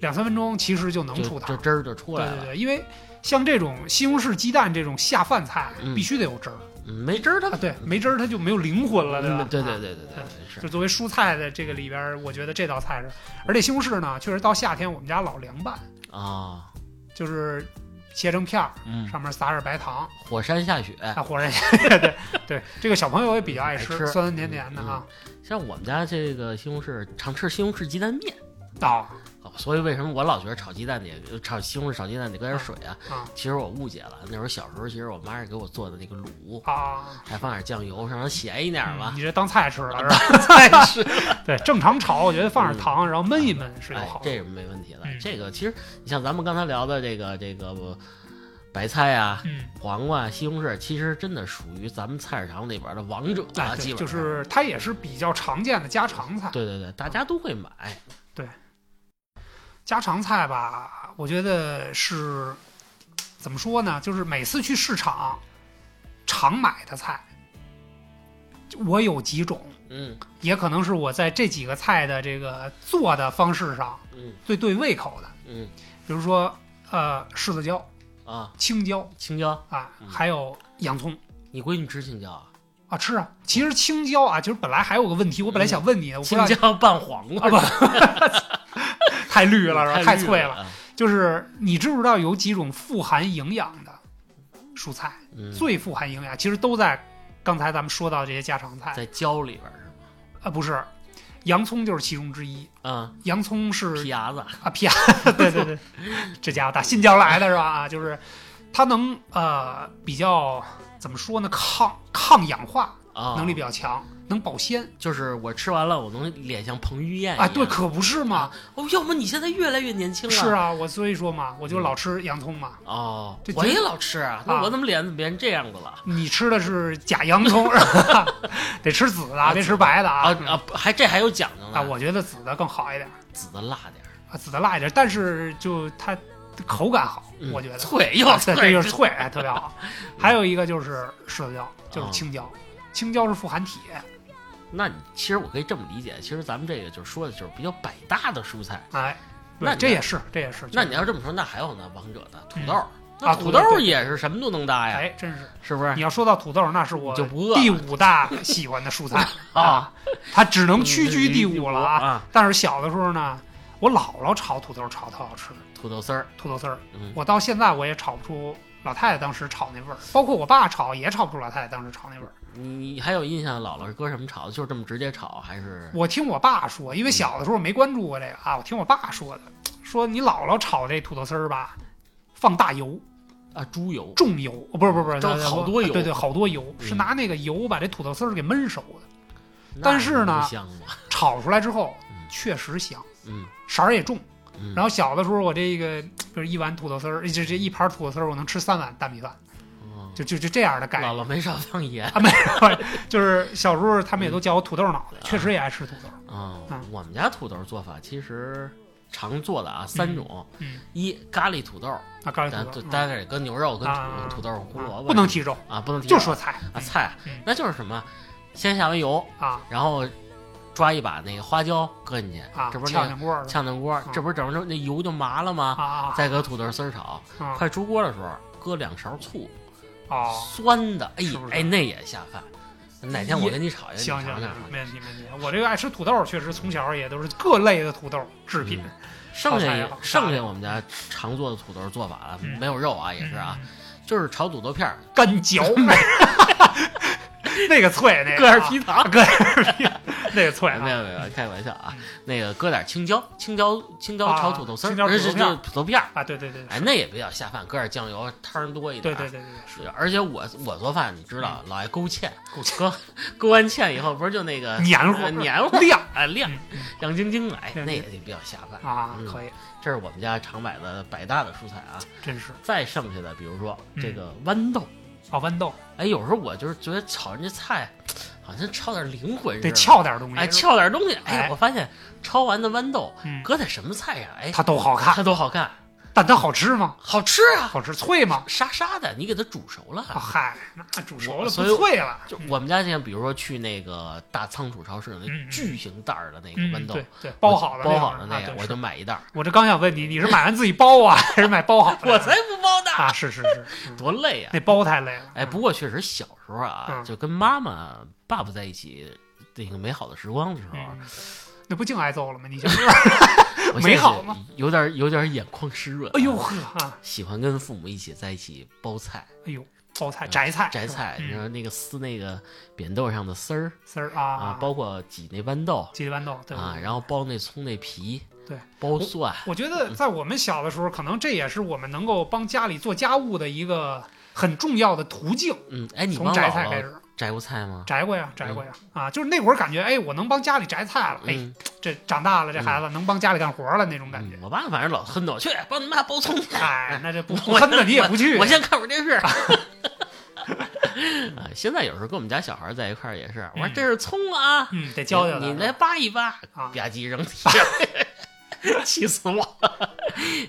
B: 两三分钟，其实就能
A: 就
B: 出
A: 就
B: 汤。
A: 汁儿就出来
B: 对对
A: 了，
B: 对，因为像这种西红柿鸡蛋这种下饭菜
A: 嗯，
B: 必须得有汁儿，
A: 嗯没汁儿它
B: 啊，对，没汁儿它就没有灵魂了，对吧
A: 嗯？对对
B: 啊
A: 对对对对是
B: 就作为蔬菜的这个里边儿，我觉得这道菜是，而且西红柿呢，确实到夏天我们家老凉拌，
A: 啊，
B: 就是切成片儿，
A: 嗯，
B: 上面撒点白糖，
A: 火山下雪，
B: 啊，火热 对对，这个小朋友也比较爱
A: 爱
B: 吃，
A: 吃
B: 酸酸甜甜的啊。
A: 像我们家这个西红柿常吃西红柿鸡蛋面。
B: 哦，
A: 哦，所以为什么我老觉得炒鸡蛋得炒西红柿炒鸡蛋得搁点水啊？
B: 啊
A: 其实我误解了，那时候小时候，其实我妈是给我做的那个卤，
B: 啊，
A: 还放点酱油，让它咸一点儿吧啊
B: 嗯。你这当菜吃了嗯是吧？ 菜吃，对，正常炒，我觉得放点糖，然后焖一焖是
A: 嗯
B: 有
A: 哎
B: 好，
A: 这是没问题的。
B: 嗯
A: 这个其实你像咱们刚才聊的这个这个呃白菜啊、
B: 嗯，
A: 黄瓜、西红柿，其实真的属于咱们菜市场里边的王者啊，
B: 哎，
A: 基
B: 对，
A: 本
B: 就
A: 上
B: 是它也是比较常见的家常菜。
A: 对对对，大家都会买。
B: 家常菜吧，我觉得是怎么说呢？就是每次去市场常买的菜，我有几种，
A: 嗯
B: 也可能是我在这几个菜的这个做的方式上
A: 嗯
B: 最对胃口的。
A: 嗯
B: 比如说，呃，柿子椒、
A: 啊，
B: 青椒
A: 青椒，
B: 啊
A: 嗯，
B: 还有洋葱
A: 你闺女吃青椒啊？
B: 啊，吃啊。其实青椒啊，就是本来还有个问题，我本来想问你，我不知
A: 青
B: 道
A: 椒拌黄瓜
B: 啊不，太绿了是吧？太
A: 绿
B: 脆了。
A: 了。
B: 就是你知不知道有几种富含营养的蔬菜，
A: 嗯，
B: 最富含营养，其实都在刚才咱们说到的这些家常菜啊、呃
A: 在椒里边儿是吗？
B: 不是，洋葱就是其中之一。
A: 啊，
B: 洋葱是
A: 皮牙子。
B: 啊，屁啊！ 对对对，这家伙打新疆来的是吧？啊，就是它能呃比较怎么说呢，抗抗氧化
A: 啊，
B: 能力比较强，能保鲜
A: 就是我吃完了，我能脸像彭于晏一
B: 啊。
A: 样
B: 对，可不是嘛。
A: 哦，要么你现在越来越年轻了。
B: 是啊，嗯我所以说嘛，我就老吃洋葱嘛。
A: 哦
B: 这，
A: 我
B: 这
A: 也老吃啊，那我怎么脸怎么变成这样子了？
B: 你吃的是假洋葱，是吧 得吃紫的啊，
A: 啊
B: 别吃白的
A: 啊
B: 啊。
A: 啊，不还这还有讲究呢。
B: 啊，我觉得紫的更好一点，
A: 紫的辣点儿，
B: 啊，紫的辣一点，但是就它口感好，
A: 嗯
B: 我觉得。
A: 脆 又
B: 啊对，这
A: 脆
B: 就是脆，哎，特别 好。还有一个就是柿子椒，就
A: 嗯
B: 是青椒，青椒是富含铁
A: 那你其实我可以这么理解，其实咱们这个就是说的就是比较百搭的蔬菜。
B: 哎，对
A: 那你
B: 这也是，这也是。
A: 那
B: 就
A: 你
B: 是
A: 要这么说，那还有呢，王者呢，土
B: 嗯
A: 豆儿。那
B: 啊
A: 土
B: 土
A: 豆
B: 豆
A: 儿
B: 对
A: 也是什么都能搭呀，
B: 哎，真是
A: 是不是
B: 你？要说到土豆，那是我
A: 就不饿
B: 第五大喜欢的蔬菜
A: 啊
B: 啊，它只能屈居第五了啊。
A: 啊！
B: 但是小的时候呢，我姥姥炒土豆炒特好吃，
A: 土豆丝儿，
B: 土豆丝儿
A: 嗯，
B: 我到现在我也炒不出老太太当时炒那味儿，包括我爸炒也炒不出老太太当时炒那味儿。
A: 你你还有印象？姥姥是搁什么炒的？就是这么直接炒，还是
B: 我听我爸说，
A: 嗯
B: 因为小的时候没关注过这个啊，我听我爸说的，说你姥姥炒这土豆丝儿吧，放大油，
A: 啊猪油？
B: 重油，哦不是不是不是，呃
A: 这好多油
B: 对对，好多油，
A: 嗯
B: 是拿那个油把这土豆丝儿给焖熟的，
A: 那
B: 但是呢
A: 不香吗？
B: 炒出来之后
A: 嗯
B: 确实香，
A: 嗯，
B: 色儿也重。
A: 嗯
B: 然后小的时候我这个，比如一碗土豆丝儿，这这一盘土豆丝儿，我能吃三碗大米饭，
A: 哦
B: 就就就这样的概念。
A: 姥姥没少放盐
B: 啊，没有，就是小时候他们也
A: 嗯
B: 都叫我土豆脑袋，确实也爱吃土豆。
A: 啊
B: 嗯。
A: 我们家土豆做法其实常做的啊三种，
B: 嗯，
A: 一咖喱土豆，
B: 啊，咖喱
A: 但
B: 土豆，
A: 大概搁牛肉跟
B: 啊
A: 土土豆胡萝
B: 啊
A: 卜，
B: 不能提肉，
A: 啊，不能提
B: 就
A: 肉
B: 说菜
A: 啊菜
B: 嗯，
A: 那就是什么，先下完油，
B: 啊
A: 然后抓一把那个花椒搁进去
B: 啊，，
A: 这不是
B: 炝
A: 那个
B: 炝锅儿是吧
A: 炝炝锅，这不是整成那油就麻了吗？
B: 啊
A: 再搁土豆丝儿炒，
B: 啊啊
A: 快出锅的时候搁两勺醋，
B: 哦，
A: 酸的，哎
B: 是不是
A: 哎，那也下饭。哪天我
B: 也
A: 给你炒一个，
B: 行
A: 你
B: 行
A: 尝尝。
B: 行，没问题没问题。我这个爱吃土豆，确实从小也都是各类的土豆制品
A: 嗯剩
B: 炒
A: 下
B: 菜也
A: 一
B: 好
A: 剩下我们家常做的土豆做法啊，
B: 嗯
A: 没有肉啊，也是啊，，就是炒土豆片儿，
B: 干 嚼， 那个脆那个
A: 搁点
B: 啊
A: 皮糖。
B: 搁点儿皮，那个脆啊
A: 没有没有，开玩笑啊，那个搁点青椒，青椒青椒
B: 啊
A: 炒土豆丝儿，
B: 青椒
A: 不是
B: 土豆
A: 是
B: 片儿
A: 是土豆片儿，
B: 啊，对对对
A: 哎，那也比较下饭，搁点酱油，汤儿多一
B: 对
A: 点。
B: 对对对对，
A: 是。而且我我做饭，你知道，老爱勾芡，
B: 勾
A: 勾 勾完芡以后，不是就那个
B: 黏糊
A: 呃黏糊
B: 亮
A: 啊亮亮晶晶的，哎，
B: 嗯亮
A: 那也
B: 晶
A: 得比较下饭。
B: 啊
A: 嗯，
B: 可以，
A: 这是我们家常买的百搭的蔬菜啊。
B: 真是
A: 再剩下的，比如说
B: 嗯
A: 这个豌豆，
B: 啊，豌豆
A: 哎，有时候我就是觉得炒人家菜，好像炒点灵魂似的，
B: 得，翘点儿东西，
A: 哎，翘点东西。
B: 哎
A: 哎，我发现焯完的�豌豆
B: 嗯
A: 搁在什么菜上，哎，
B: 它都好看，
A: 它都好看。
B: 但它好吃吗？
A: 好吃啊，
B: 好吃脆吗？
A: 沙沙的，你给它煮熟了。
B: 啊嗨，那煮熟了不
A: 所以
B: 脆了。
A: 就我们家现在，比如说去那个大仓储超市，
B: 嗯
A: 那
B: 嗯
A: 巨型袋儿的那个豌
B: 嗯，
A: 豆，
B: 对对，包好的
A: 包
B: 那
A: 好
B: 个
A: 的
B: 啊
A: 那个，
B: 对
A: 我
B: 是
A: 就买一 袋儿。
B: 我这刚想问你，你是买完自己 包啊，还是买包好的呀？
A: 我才不包呢，
B: 啊，是是是，嗯
A: 多累啊！
B: 那包太累了。
A: 哎，不过确实小时候啊，
B: 嗯
A: 就跟妈妈、爸爸在一起那个美好的时光的时候，啊
B: 嗯，那不净挨揍了吗？你想，
A: 哎我
B: 美好吗？
A: 有点有点眼眶湿润。
B: 哎呦，呵啊，
A: 喜欢跟父母一起在一起包菜、
B: 哎呦，包菜
A: 嗯
B: 摘菜
A: 摘
B: 是吧
A: 菜，你
B: 嗯
A: 说那个撕那个扁豆上的丝儿
B: 丝儿
A: 啊
B: 啊，，
A: 包括挤那豌豆
B: 鸡蛋豌豆对
A: 啊，然后剥那葱那皮，
B: 对，
A: 剥蒜，
B: 我觉得在我们小的时候，可能这也是我们能够帮家里做家务的一个很重要的途径。
A: 嗯，哎，你
B: 从
A: 帮
B: 摘
A: 姥
B: 菜开
A: 姥
B: 始，
A: 摘过菜吗？
B: 摘过呀，摘过呀，啊，就是那会儿感觉，哎，我能帮家里摘菜了，哎，
A: 嗯，
B: 这长大了这孩子能帮家里干活了那种感觉
A: 嗯。我爸反正老恨我，去帮你妈剥葱去。
B: 哎，那这不
A: 嗯我
B: 喷的你也不去，
A: 我先看会儿电视。 啊，现在有时候跟我们家小孩在一块儿也是，我说
B: 嗯
A: 这是葱啊，
B: 嗯，得教教他
A: 你来扒一扒，
B: 啊
A: 吧唧扔地上， 气死我！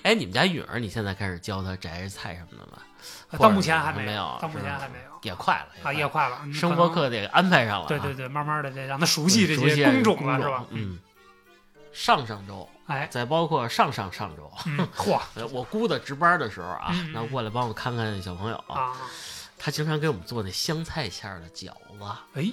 A: 哎，你们家允儿，你现在开始教他摘摘菜什么的吗？
B: 呃到目前
A: 还
B: 还没
A: 有
B: 有，，到目
A: 是
B: 前
A: 吗
B: 还没有
A: 也快了
B: 啊，也
A: 快
B: 快了，嗯
A: 了生活。
B: 可能
A: 课得安排上了啊，嗯
B: 对对对，慢慢的得让他熟
A: 熟悉
B: 悉这
A: 这
B: 些
A: 些
B: 工
A: 工
B: 种了，是吧？，
A: 嗯，上上周，
B: 哎，
A: 再包括上上上周，
B: 嗯， 嚯
A: 呃我姑的值班的时候啊
B: 嗯嗯，
A: 那过来帮我看看小朋友，
B: 啊，
A: 他经常给我们做那香菜馅儿的饺子，
B: 哎，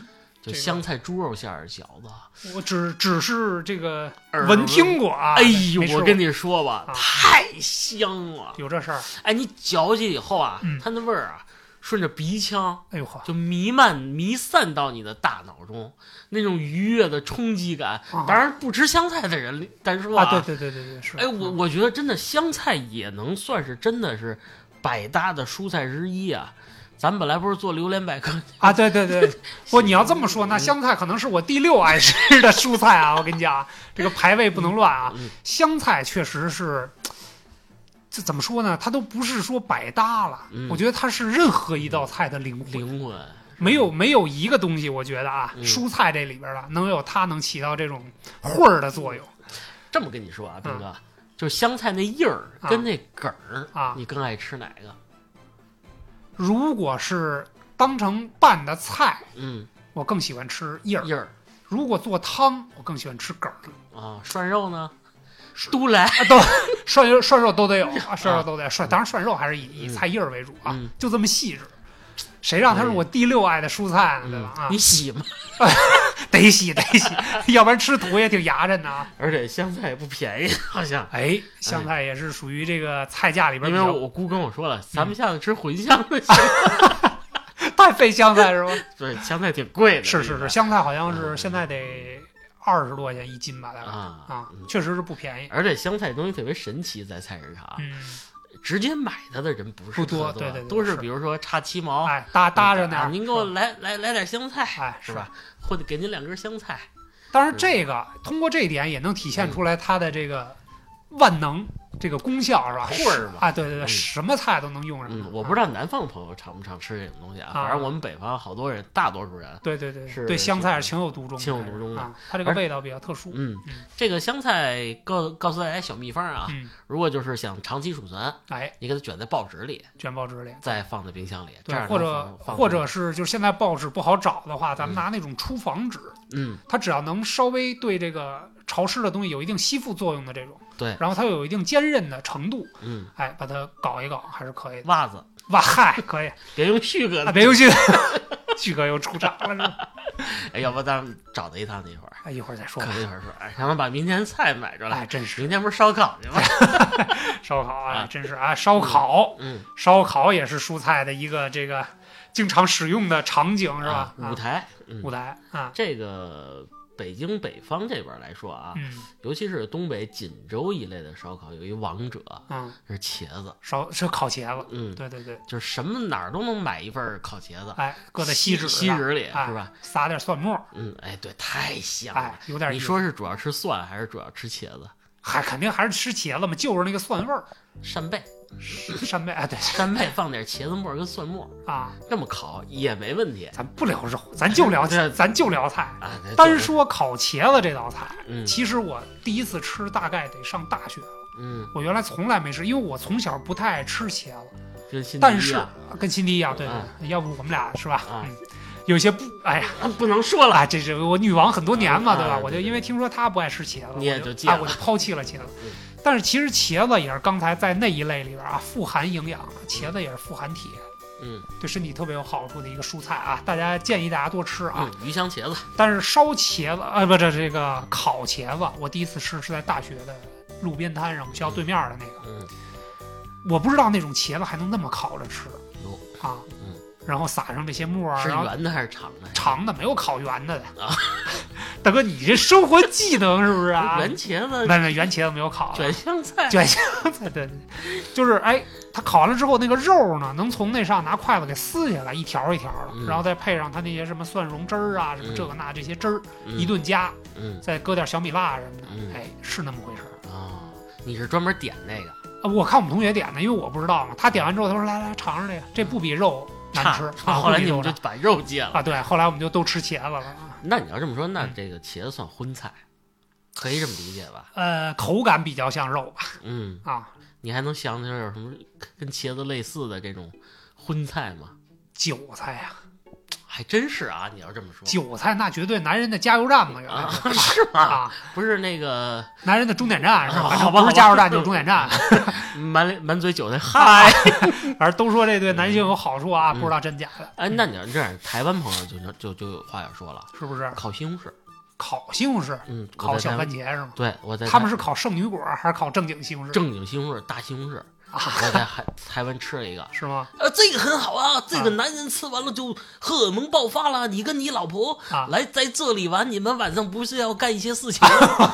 A: 就
B: 这个啊
A: 香菜猪肉馅儿的饺子。
B: 我只只是这个
A: 耳
B: 闻
A: 闻
B: 听过啊，
A: 哎
B: 没吃
A: 呦，
B: 过
A: 我跟你说吧
B: 啊，
A: 太香了！
B: 有这 事儿，
A: 哎，你嚼起以后啊
B: 嗯，
A: 它那味儿啊，顺着鼻腔
B: 哎呦呵，
A: 就弥漫、弥散到你的大脑中，那种愉悦的冲击感。
B: 啊
A: 当然，不吃香菜的人来说
B: 啊，对，对对对对，是，嗯
A: 哎，我我觉得真的香菜也能算是真的是百搭的蔬菜之一啊。咱们本来不是做榴莲百科，
B: 啊，对 对对，不，你要这么
A: 嗯
B: 说，那香菜可能是我第六爱吃的蔬菜啊！我跟你讲啊，这个排位不能乱啊
A: 嗯。
B: 香菜确实是，这怎么说呢？它都不是说百搭了，
A: 嗯
B: 我觉得它是任何一道菜的灵魂。
A: 灵魂
B: 没有没有一个东西，我觉得啊，
A: 嗯
B: 蔬菜这里边的能有它能起到这种混儿的作用
A: 这么跟你说啊，斌
B: 嗯
A: 哥，就香菜那叶儿
B: 啊
A: 跟那梗儿，
B: 啊。
A: 你更爱吃哪个？
B: 如果是当成拌的菜，
A: 嗯，
B: 我更喜欢吃叶儿；
A: 叶儿
B: 如果做汤，我更喜欢吃梗儿。
A: 啊，涮肉呢？都来，
B: 涮肉涮肉都得有啊，涮肉都得有涮，当然涮肉还是以以
A: 嗯
B: 菜叶儿为主啊
A: 嗯，
B: 就这么细致。谁让它是我第六爱的蔬菜
A: 嗯
B: 呢？对吧？啊
A: 你，洗吗？
B: 得洗得洗， 要不然吃土也挺牙碜的啊。
A: 而且香菜也不便宜，好像。
B: 哎，香菜也是属于这个菜价里边
A: 因
B: 比
A: 为
B: 较
A: 我姑跟我说了，咱
B: 嗯
A: 们下次吃茴香的香，
B: 太费香菜是吧？
A: 对，香菜挺贵的。
B: 是是
A: 那个
B: 是，香菜好像
A: 嗯
B: 是
A: 嗯
B: 现在得二十多块钱一斤吧，大概
A: 啊
B: 啊
A: 嗯，
B: 确实是不便宜。
A: 而且香菜东西特别神奇，在菜市场
B: 嗯，
A: 直接买它的人不是
B: 不
A: 特
B: 多
A: 多，
B: 对对对
A: 都是
B: 是
A: 比如说差七毛，
B: 哎，搭搭着那
A: 啊
B: 儿，
A: 您给我
B: 是吧
A: 来来来点香菜，
B: 哎
A: 是？吧？嗯或者给您两根香菜，
B: 当然，这个通过这一点也能体
A: 嗯
B: 现出来它的这个万能这个功效是吧？
A: 混儿嘛
B: 啊，对对对，
A: 嗯
B: 什么菜都能用上。啊
A: 嗯，我不知
B: 道。
A: 道南方朋友常不常吃这种东西啊，
B: 啊
A: 反正我们北方好多人，大多数人，
B: 对对对，
A: 是
B: 对
A: 是
B: 香菜是情有独钟的，
A: 情有独钟的
B: 啊，它这个
A: 而
B: 味道比较特殊。
A: 嗯
B: 嗯，
A: 这个香菜告告诉大家小秘方啊，
B: 嗯，
A: 如果就是想长期储存，
B: 哎，
A: 你给它卷在报纸里，
B: 卷报纸里。
A: 再放在冰箱里，这
B: 对，
A: 样
B: 或
A: 能
B: 者
A: 放
B: 或者是就是现在报纸不好找的话，咱们拿那种厨房纸，
A: 嗯，
B: 它只要能稍微对这个潮湿的东西有一定吸附作用的这种，
A: 对
B: 然后它又有一定坚韧的程度，
A: 嗯，
B: 哎，把它搞一搞还是可以的。
A: 袜子
B: 哇嗨，可 以，
A: 别用旭哥
B: 啊，
A: 的，
B: 别，用心，旭哥又出场了是吧？
A: 哎，要不咱们找他一趟那会儿，
B: 哎，一会儿再说吧
A: 可。一会儿说，哎，让他把明天菜买出
B: 哎，
A: 来，
B: 真是
A: 明天不是烧烤去吗？
B: 哎烧烤啊
A: 啊，
B: 真是啊，烧烤，
A: 嗯，
B: 烧烤也是蔬菜的一个这个经常使用的场景 是吧
A: 啊？
B: 啊
A: 舞，台，嗯
B: 舞台啊，
A: 这个北京北方这边来说啊，
B: 嗯
A: 尤其是东北锦州一类的烧烤，有一王者
B: 嗯，
A: 是茄子，
B: 烧是烤茄子，
A: 嗯，
B: 对对对，
A: 就是什么哪儿都能买一份儿烤茄子，
B: 哎，搁在
A: 锡
B: 锡纸
A: 锡
B: 上，
A: 纸里、
B: 哎
A: 是吧？？
B: 撒点蒜末，
A: 嗯，哎，对，太香了。
B: 哎，有点
A: 你
B: 意思，
A: 说是主要吃蒜还是主要吃茄子？
B: 嗨，肯定还是吃茄子嘛，就是那个蒜味儿，
A: 扇贝，
B: 扇贝，哎，对
A: 扇贝放点茄子末儿跟蒜末儿，
B: 啊，
A: 这么烤也没问题
B: 咱不聊肉，咱 就聊
A: 对
B: 咱就聊菜。
A: 啊。那
B: 单
A: 就是，
B: 说烤茄子这道菜，
A: 嗯
B: 其实我第一次吃大概得上大学了，
A: 嗯，
B: 我原来从来没吃，因为我从小不太爱吃茄子。
A: 跟新
B: 但
A: 地一
B: 是
A: 样
B: 跟亲弟一样，对
A: 啊
B: 对，要不我们俩是吧？
A: 啊
B: 嗯，有些不，哎呀，
A: 啊不能说了，
B: 哎，这是我女王很多年嘛，
A: 啊
B: 对吧？
A: 对
B: 我就
A: 对
B: 因为听说她不爱吃茄子，
A: 你也
B: 我
A: 就
B: 就
A: 戒了
B: 哎我就抛弃了茄子
A: 嗯。
B: 但是其实茄子也是刚才在那一类里边啊，富含营养，茄子也是富含铁，
A: 嗯
B: 对身体特别有好处的一个蔬菜啊。大家建议大家多吃啊。
A: 嗯，鱼香茄子，
B: 但是烧茄子，呃，不，这这个烤茄子，我第一次吃是在大学的路边摊上，我们学校对面的那个。
A: 嗯
B: 我不知道那种茄子还能那么烤着吃
A: 哟，
B: 啊，
A: 嗯，
B: 然后撒上这些沫儿，
A: 是
B: 然后
A: 圆的还是啊长的？
B: 长的没有烤圆的的
A: 啊。
B: 大哥，你这生活技能是不是啊？
A: 圆茄子，
B: 没没圆茄子没有烤啊的，
A: 卷香 菜，
B: 卷香菜对，对就是哎，它烤完了之后那个肉呢，能从那上拿筷子给撕下来一条一条的，
A: 嗯
B: 然后再配上它那些什么蒜蓉汁儿啊，什么这个那这些汁儿，
A: 嗯
B: 一顿加，
A: 嗯
B: 再搁点小米辣什么的，
A: 嗯
B: 哎，是那么回事儿。
A: 啊，你是专门点那个
B: 啊，我看我们同学点的，因为我不知道嘛。他点完之后，他说：“来来，尝尝这个，这不比肉难吃。”
A: 差
B: 啊，
A: 后来
B: 不比
A: 你
B: 肉
A: 们就
B: 难
A: 把肉戒了。
B: 啊，对，后来我们就都吃茄子了啊。
A: 那你要这么说，那
B: 嗯
A: 这个茄子算荤菜，可以这么理解吧？
B: 呃，口感比较像肉吧？
A: 嗯，
B: 啊，
A: 你还能想起来有什么跟茄子类似的这种荤菜吗？
B: 韭菜呀、
A: 还真是啊，你要这么说
B: 韭菜那绝对男人的加油站嘛，原来
A: 啊
B: 是，
A: 是吗？
B: 啊，
A: 不是那个
B: 男人的终点站是吧？
A: 啊
B: 反
A: 好
B: 正
A: 吧
B: 不
A: 好吧
B: 是加油站就是终点站，
A: 满脸满嘴韭菜，
B: 嗨
A: 嗨！
B: 反正都说这对男性有好处啊，
A: 嗯
B: 不知道真假的，
A: 哎，那你要这样，台湾朋友就就就有话要说了，
B: 是不是？
A: 烤西红柿，
B: 烤西红柿，
A: 嗯，我
B: 烤
A: 在
B: 小
A: 台
B: 番
A: 湾，
B: 茄是吗？
A: 对我在
B: 他们
A: 台
B: 是烤圣女果还是烤正经西红柿？
A: 正经西红柿，大西红柿，
B: 啊，
A: 我在海台湾吃了一个。
B: 是吗？
A: 呃，这个很好啊，这
B: 啊
A: 个男人吃完了就荷尔蒙爆发了。你跟你老婆
B: 啊
A: 来在这里玩，你们晚上不是要干一些事情？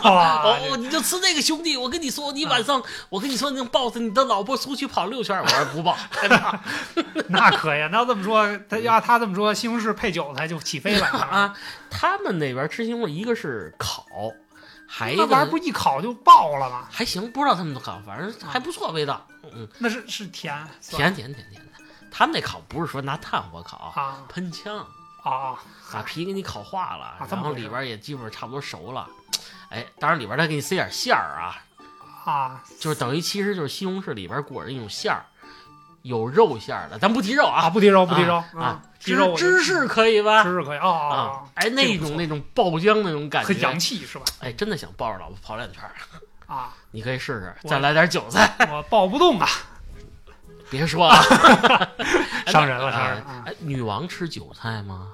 B: 哇
A: 哦，你就吃这个，兄弟，我跟你说，
B: 啊
A: 你晚上我跟你说，你能抱着你的老婆出去跑六圈儿，我说 不抱，害怕
B: 那可以，那这么说，他要他这么说，西红柿配韭菜就起飞了
A: 啊！他们那边吃西红柿，一个是烤，还一
B: 那
A: 个
B: 玩意儿不一烤就爆了吗？
A: 还行，不知道他们怎么烤，反正还不错味道。嗯，
B: 那是是甜
A: 甜
B: 酸
A: 甜甜甜的。他们那烤不是说拿炭火烤，
B: 啊
A: 喷枪
B: 啊
A: 把皮给你烤化了，
B: 啊这
A: 然
B: 么
A: 后
B: 回事
A: 里边也基本上差不多熟了。哎，当然里边再给你塞点馅儿啊，
B: 啊！
A: 就是等于其实就是西红柿里边裹着一种馅儿，有肉馅儿的，咱不提肉
B: 啊，
A: 啊，
B: 不提肉，不提肉
A: 啊，
B: 提肉我就
A: 芝士可以吧？
B: 芝士可以啊啊
A: 啊，
B: 啊，
A: 哎，那种那种爆浆那种感
B: 很洋
A: 觉，
B: 气是吧？
A: 哎，真的想抱着老婆跑两圈儿，
B: 啊，
A: 你可以试试，
B: 我
A: 再来点韭菜，
B: 我抱不动啊，
A: 别说啊， 哎
B: 伤人
A: 那
B: 了伤人了
A: 哎
B: 啊
A: 哎，女王吃韭菜吗？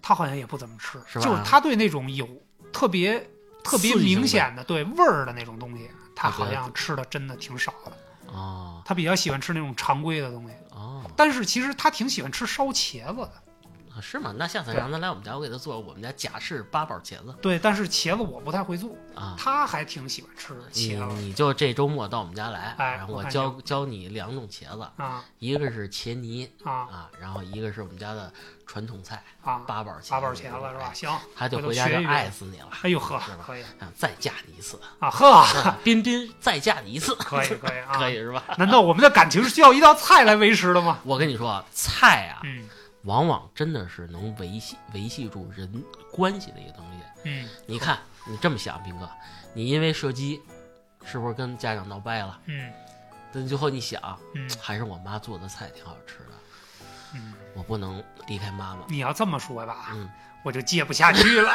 B: 他好像也不怎么吃，
A: 是吧
B: 就是他对那种有特别特别明显的对味儿的那种东西，他好像吃的真的挺少的，
A: 哦
B: 他比较喜欢吃那种常规的东西。
A: 哦，
B: 但是其实他挺喜欢吃烧茄子的，
A: 啊是吗？那下次让他来我们家，我给他做我们家假式八宝茄子
B: 对，但是茄子我不太会做，
A: 啊。
B: 他还挺喜欢吃
A: 你
B: 茄子
A: 你就这周末到我们家来，
B: 哎
A: 然后
B: 我
A: 我
B: 看
A: 教教你两种茄子，
B: 啊
A: 一个是茄泥
B: 啊
A: 啊，然后一个是我们家的传统菜
B: 啊！
A: 八宝茄子，
B: 八宝茄子是吧？？行，
A: 他就
B: 回头
A: 回家
B: 学一
A: 就
B: 遍
A: 爱死你了，
B: 哎呦呵
A: 是吧，
B: 可以
A: 想再嫁你一次，
B: 啊呵，
A: 啊彬彬再嫁你一次，
B: 可以可以啊！
A: 可以是 吧？
B: 难道我们的感情是需要一道菜来维持的吗？
A: 我跟你说，啊，菜啊，
B: 嗯
A: 往往真的是能维系维系住人关系的一个东西。
B: 嗯
A: 你看，你这么想，斌哥，你因为射击，是不是跟家长闹掰了？
B: 嗯
A: 但最后你想，
B: 嗯
A: 还是我妈做的菜挺好吃的，
B: 嗯，
A: 我不能离开妈妈。
B: 你要这么说吧
A: 嗯，
B: 我就接不下去 了，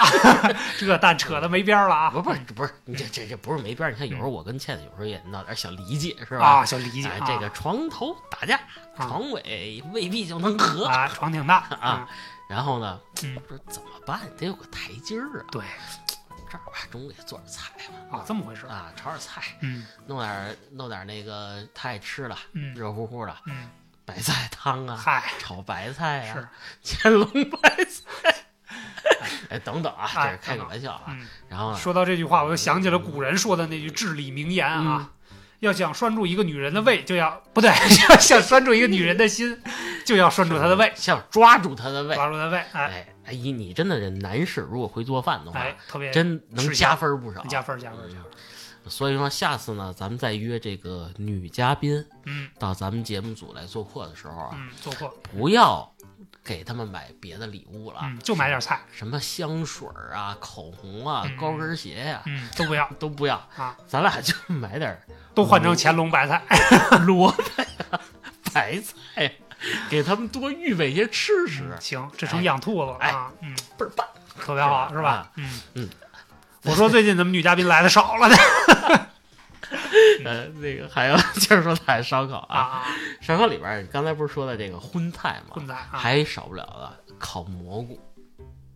B: 这蛋扯的没边儿了啊！
A: 嗯不是不是不是，你这这这不是没边儿。你看，有时候我跟倩倩有时候也闹点小理解，是吧？
B: 啊，想理解
A: 哎
B: 啊，
A: 这个床头打架，床尾未必就能和。
B: 啊床挺大
A: 啊，然后呢，
B: 嗯
A: 我说怎么办？得有个台阶儿啊。
B: 对
A: 这儿吧，中午给做点菜吧。
B: 啊，这么回事儿。
A: 啊，炒点菜，
B: 嗯
A: 弄点儿弄点儿那个他爱吃的，
B: 嗯
A: 热乎乎的
B: 嗯，
A: 白菜汤啊，
B: 嗨，
A: 炒白菜
B: 是
A: 啊，乾隆白菜，哎，等等啊，这
B: 哎
A: 是开个
B: 等等
A: 玩笑啊。
B: 嗯，
A: 然后呢，
B: 说到这句话，我又想起了古人说的那句至理名言啊。
A: 嗯
B: 要想拴住一个女人的胃，就要不对， 要想拴住一个女人的心，
A: 嗯
B: 就要拴住她的胃，
A: 想嗯抓住他的胃，
B: 抓住她的胃，哎
A: 哎，哎姨，你真的这男士如果会做饭的话
B: 哎，，特别
A: 真能
B: 吃香
A: 加分儿不少。嗯
B: 加分儿加分儿加分儿。
A: 所以说下次呢，咱们再约这个女嘉宾
B: 嗯
A: 到咱们节目组来做客的时候啊，
B: 嗯，做过
A: 不要给他们买别的礼物了，
B: 嗯，就买点菜，
A: 什么香水儿啊、口红啊、
B: 嗯
A: 高跟鞋呀、
B: 嗯，都不要
A: 都不要
B: 啊，
A: 咱俩就买点 儿
B: 都换成乾隆白菜。
A: 萝卜呀、白菜呀，给他们多预备一些吃食，
B: 嗯行，这成养兔子了
A: 哎
B: 啊，嗯，
A: 倍儿棒。
B: 特别好，
A: 是吧
B: 是吧
A: 啊？
B: 嗯
A: 嗯。
B: 我说最近怎么女嘉宾来的少了呢？
A: 呃，那个还有就是说咱烧烤啊，
B: 嗯啊，
A: 烧烤里边儿你刚才不是说的这个荤菜吗？
B: 混在啊，
A: 还少不了的烤蘑菇、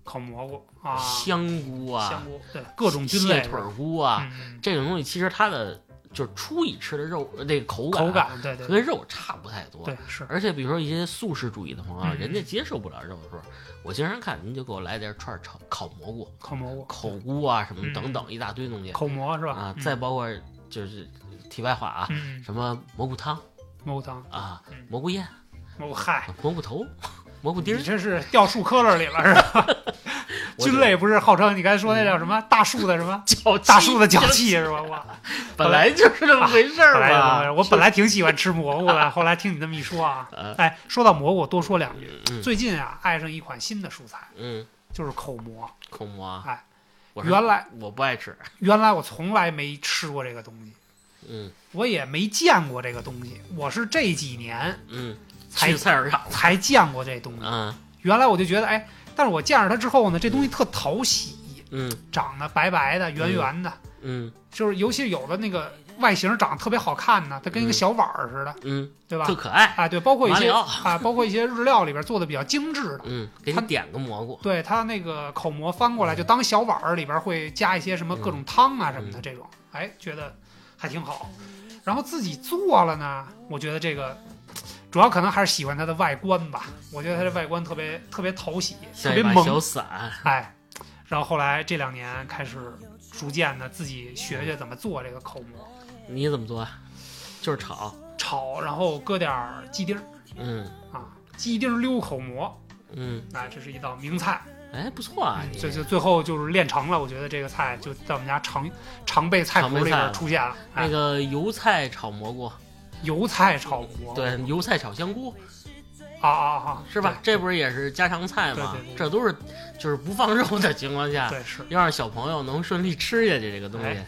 B: 烤蘑菇啊，
A: 香菇啊、
B: 香菇，对，各种菌类
A: 蟹
B: 是
A: 腿
B: 吧
A: 菇啊，
B: 嗯
A: 这种东西其实它的就是初一吃的肉呃那个口感啊
B: 口感，对对
A: 和肉啊差不太多。
B: 对，是
A: 而且比如说一些素食主义的朋友，啊
B: 嗯
A: 人家接受不了肉的时候，我经常看您就给我来点串儿炒烤蘑菇、
B: 烤蘑菇，
A: 口菇啊什么
B: 嗯
A: 等等一大堆东西
B: 口蘑是吧？
A: 啊，
B: 嗯
A: 再包括就是题外话啊，
B: 嗯，
A: 什么蘑菇汤
B: 蘑菇汤，
A: 啊
B: 嗯、
A: 蘑菇宴、
B: 蘑菇嗨，
A: 蘑菇头、蘑菇丁
B: 你
A: 儿，
B: 这是掉树坑儿里了是吧？
A: 我
B: 菌
A: 就嗯
B: 类不是号称你刚才说那叫什么大树的什么
A: 脚
B: 大
A: 气
B: 树的脚气是吧？我
A: 本来就是这么回事
B: 本
A: 儿啊
B: 来
A: 嘛。
B: 我本来挺喜欢吃蘑菇的，后来听你这么一说啊，
A: 呃
B: 哎，说到蘑菇，多说两句。
A: 嗯
B: 最近啊，爱上一款新的蔬菜，
A: 嗯，
B: 就是口蘑。
A: 口蘑啊，
B: 哎
A: 我是
B: 原来
A: 我不爱吃，
B: 原来我从来没吃过这个东西，
A: 嗯
B: 我也没见过这个东西，我是这几年
A: 嗯，
B: 才
A: 去菜市场
B: 才见过这东西。
A: 啊，
B: 原来我就觉得，哎，但是我见着它之后呢，这东西特讨喜，
A: 嗯
B: 长得白白的、圆圆的，
A: 嗯
B: 就是尤其有的那个外形长得特别好看呢，它跟一个
A: 嗯
B: 小碗儿似的，
A: 嗯，
B: 对吧
A: 特？可爱，
B: 啊，对，包括一
A: 马里
B: 些
A: 奥
B: 啊，包括一些日料里边做的比较精致的，
A: 嗯，给你
B: 它
A: 点个蘑菇，
B: 对它那个口蘑翻过来
A: 嗯
B: 就当小碗儿，里边会加一些什么各种汤啊什么的这种，哎，觉得还挺好。然后自己做了呢，我觉得这个主要可能还是喜欢它的外观吧，我觉得它的外观特别特别讨喜，特
A: 像
B: 别
A: 一把小
B: 萌，
A: 伞，
B: 哎。然后后来这两年开始逐渐的自己学学怎么做这个口蘑，
A: 你怎么做啊？就是炒，
B: 炒，然后搁点儿鸡丁儿
A: 嗯
B: 啊，鸡丁溜口蘑，
A: 嗯，
B: 哎，这是一道名菜。
A: 哎，不错啊，你
B: 最最最后嗯就是练成了，我觉得这个菜就在我们家常常备菜谱里边出现了。
A: 那
B: 哎，
A: 个油菜炒蘑菇，
B: 油菜炒蘑菇，
A: 对，油菜炒香菇
B: 啊啊啊，
A: 是吧？这不是也是家常菜吗
B: 对对对？
A: 这都是就是不放肉的情况下
B: 对？，对，是，
A: 要让小朋友能顺利吃下去这个东西
B: 哎，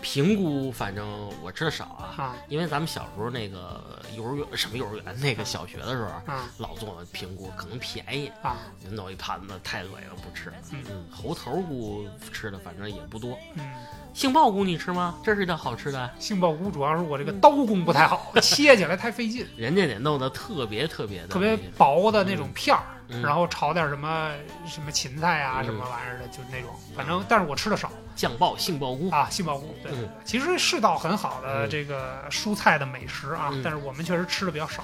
A: 平菇反正我吃的少啊，
B: 啊
A: 因为咱们小时候那个幼儿园什么幼儿园那个小学的时候，
B: 啊
A: 老做评估，可能便宜，
B: 啊，
A: 就弄一盘子，太恶心了，不吃。
B: 嗯
A: 嗯，猴头菇吃的反正也不多。
B: 嗯，
A: 杏鲍菇你吃吗？这是一道好吃的，
B: 杏鲍菇主要是我这个
A: 嗯
B: 刀工不太好，切起来太费劲，
A: 人家得弄得特别特别的
B: 特别薄的那种片儿，
A: 嗯
B: 然后炒点什么什么芹菜啊
A: 嗯
B: 什么玩意儿的，就那种，反正但是我吃的少
A: 酱爆杏鲍菇。
B: 啊，杏鲍菇，对，
A: 嗯
B: 其实是道很好的
A: 嗯
B: 这个蔬菜的美食啊，
A: 嗯
B: 但是我们确实吃的比较少，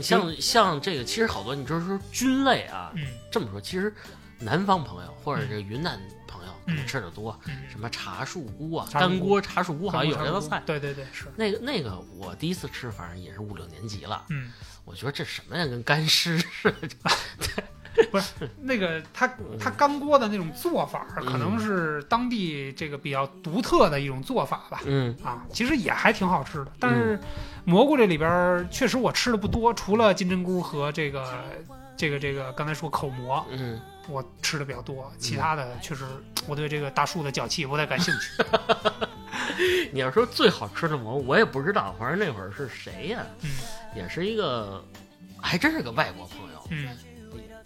A: 像像这个，其实好多你就是说菌类啊，
B: 嗯
A: 这么说，其实南方朋友或者是云南朋友可能
B: 嗯
A: 吃的多，
B: 嗯，
A: 什么茶树菇啊，
B: 茶树菇
A: 干锅茶树菇好像有这道菜。
B: 对对对，是，
A: 那个那个，我第一次吃，反正也是五六年级了。
B: 嗯。
A: 我觉得这什么呀，跟干尸似的。
B: 嗯那个它
A: 嗯
B: 它干锅的那种做法儿，可能是当地这个比较独特的一种做法吧。
A: 嗯
B: 啊，其实也还挺好吃的，但是蘑菇这里边儿确实我吃的不多，除了金针菇和这个这个这个刚才说口蘑，
A: 嗯，
B: 我吃的比较多，其他的确实我对这个大树的脚气不太感兴 趣。
A: 你要说最好吃的蘑菇，我也不知道，反正那会儿是谁呀、
B: 嗯
A: 也是一个，还真是个外国朋友，
B: 嗯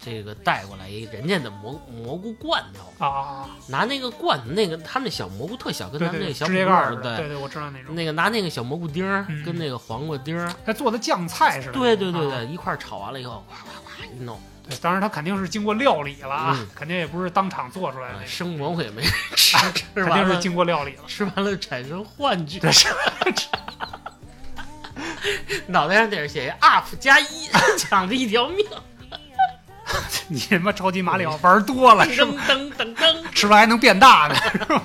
A: 这个带过来一人家的蘑蘑菇罐头，
B: 啊啊，啊
A: 拿那个罐头，那个他们那小蘑菇特小，跟
B: 对
A: 咱们那
B: 对，
A: 个小拇
B: 指甲
A: 指
B: 盖儿
A: 儿
B: 的，对
A: 对，
B: 对，我知道那种。
A: 那个拿那个小蘑菇丁儿
B: 嗯
A: 跟那个黄瓜丁儿，
B: 它做的酱菜似的。
A: 对对对
B: 啊
A: 对，一块儿炒完了以后，哗哗哗一弄，
B: 对，当然它肯定是经过料理了啊
A: 嗯，
B: 肯定也不是当场做出来的
A: 啊
B: 那种。
A: 生蘑菇也没人 吃，吃
B: 哎啊肯
A: 完
B: 定是
A: 了
B: 经过料理了。
A: 吃完了产生幻觉，
B: 是
A: 脑袋上得是写一 up 加一，抢着一条命，
B: 你他妈超级马里奥玩多了是
A: 噔
B: 吧？
A: 噔噔噔。
B: 吃完还能变大呢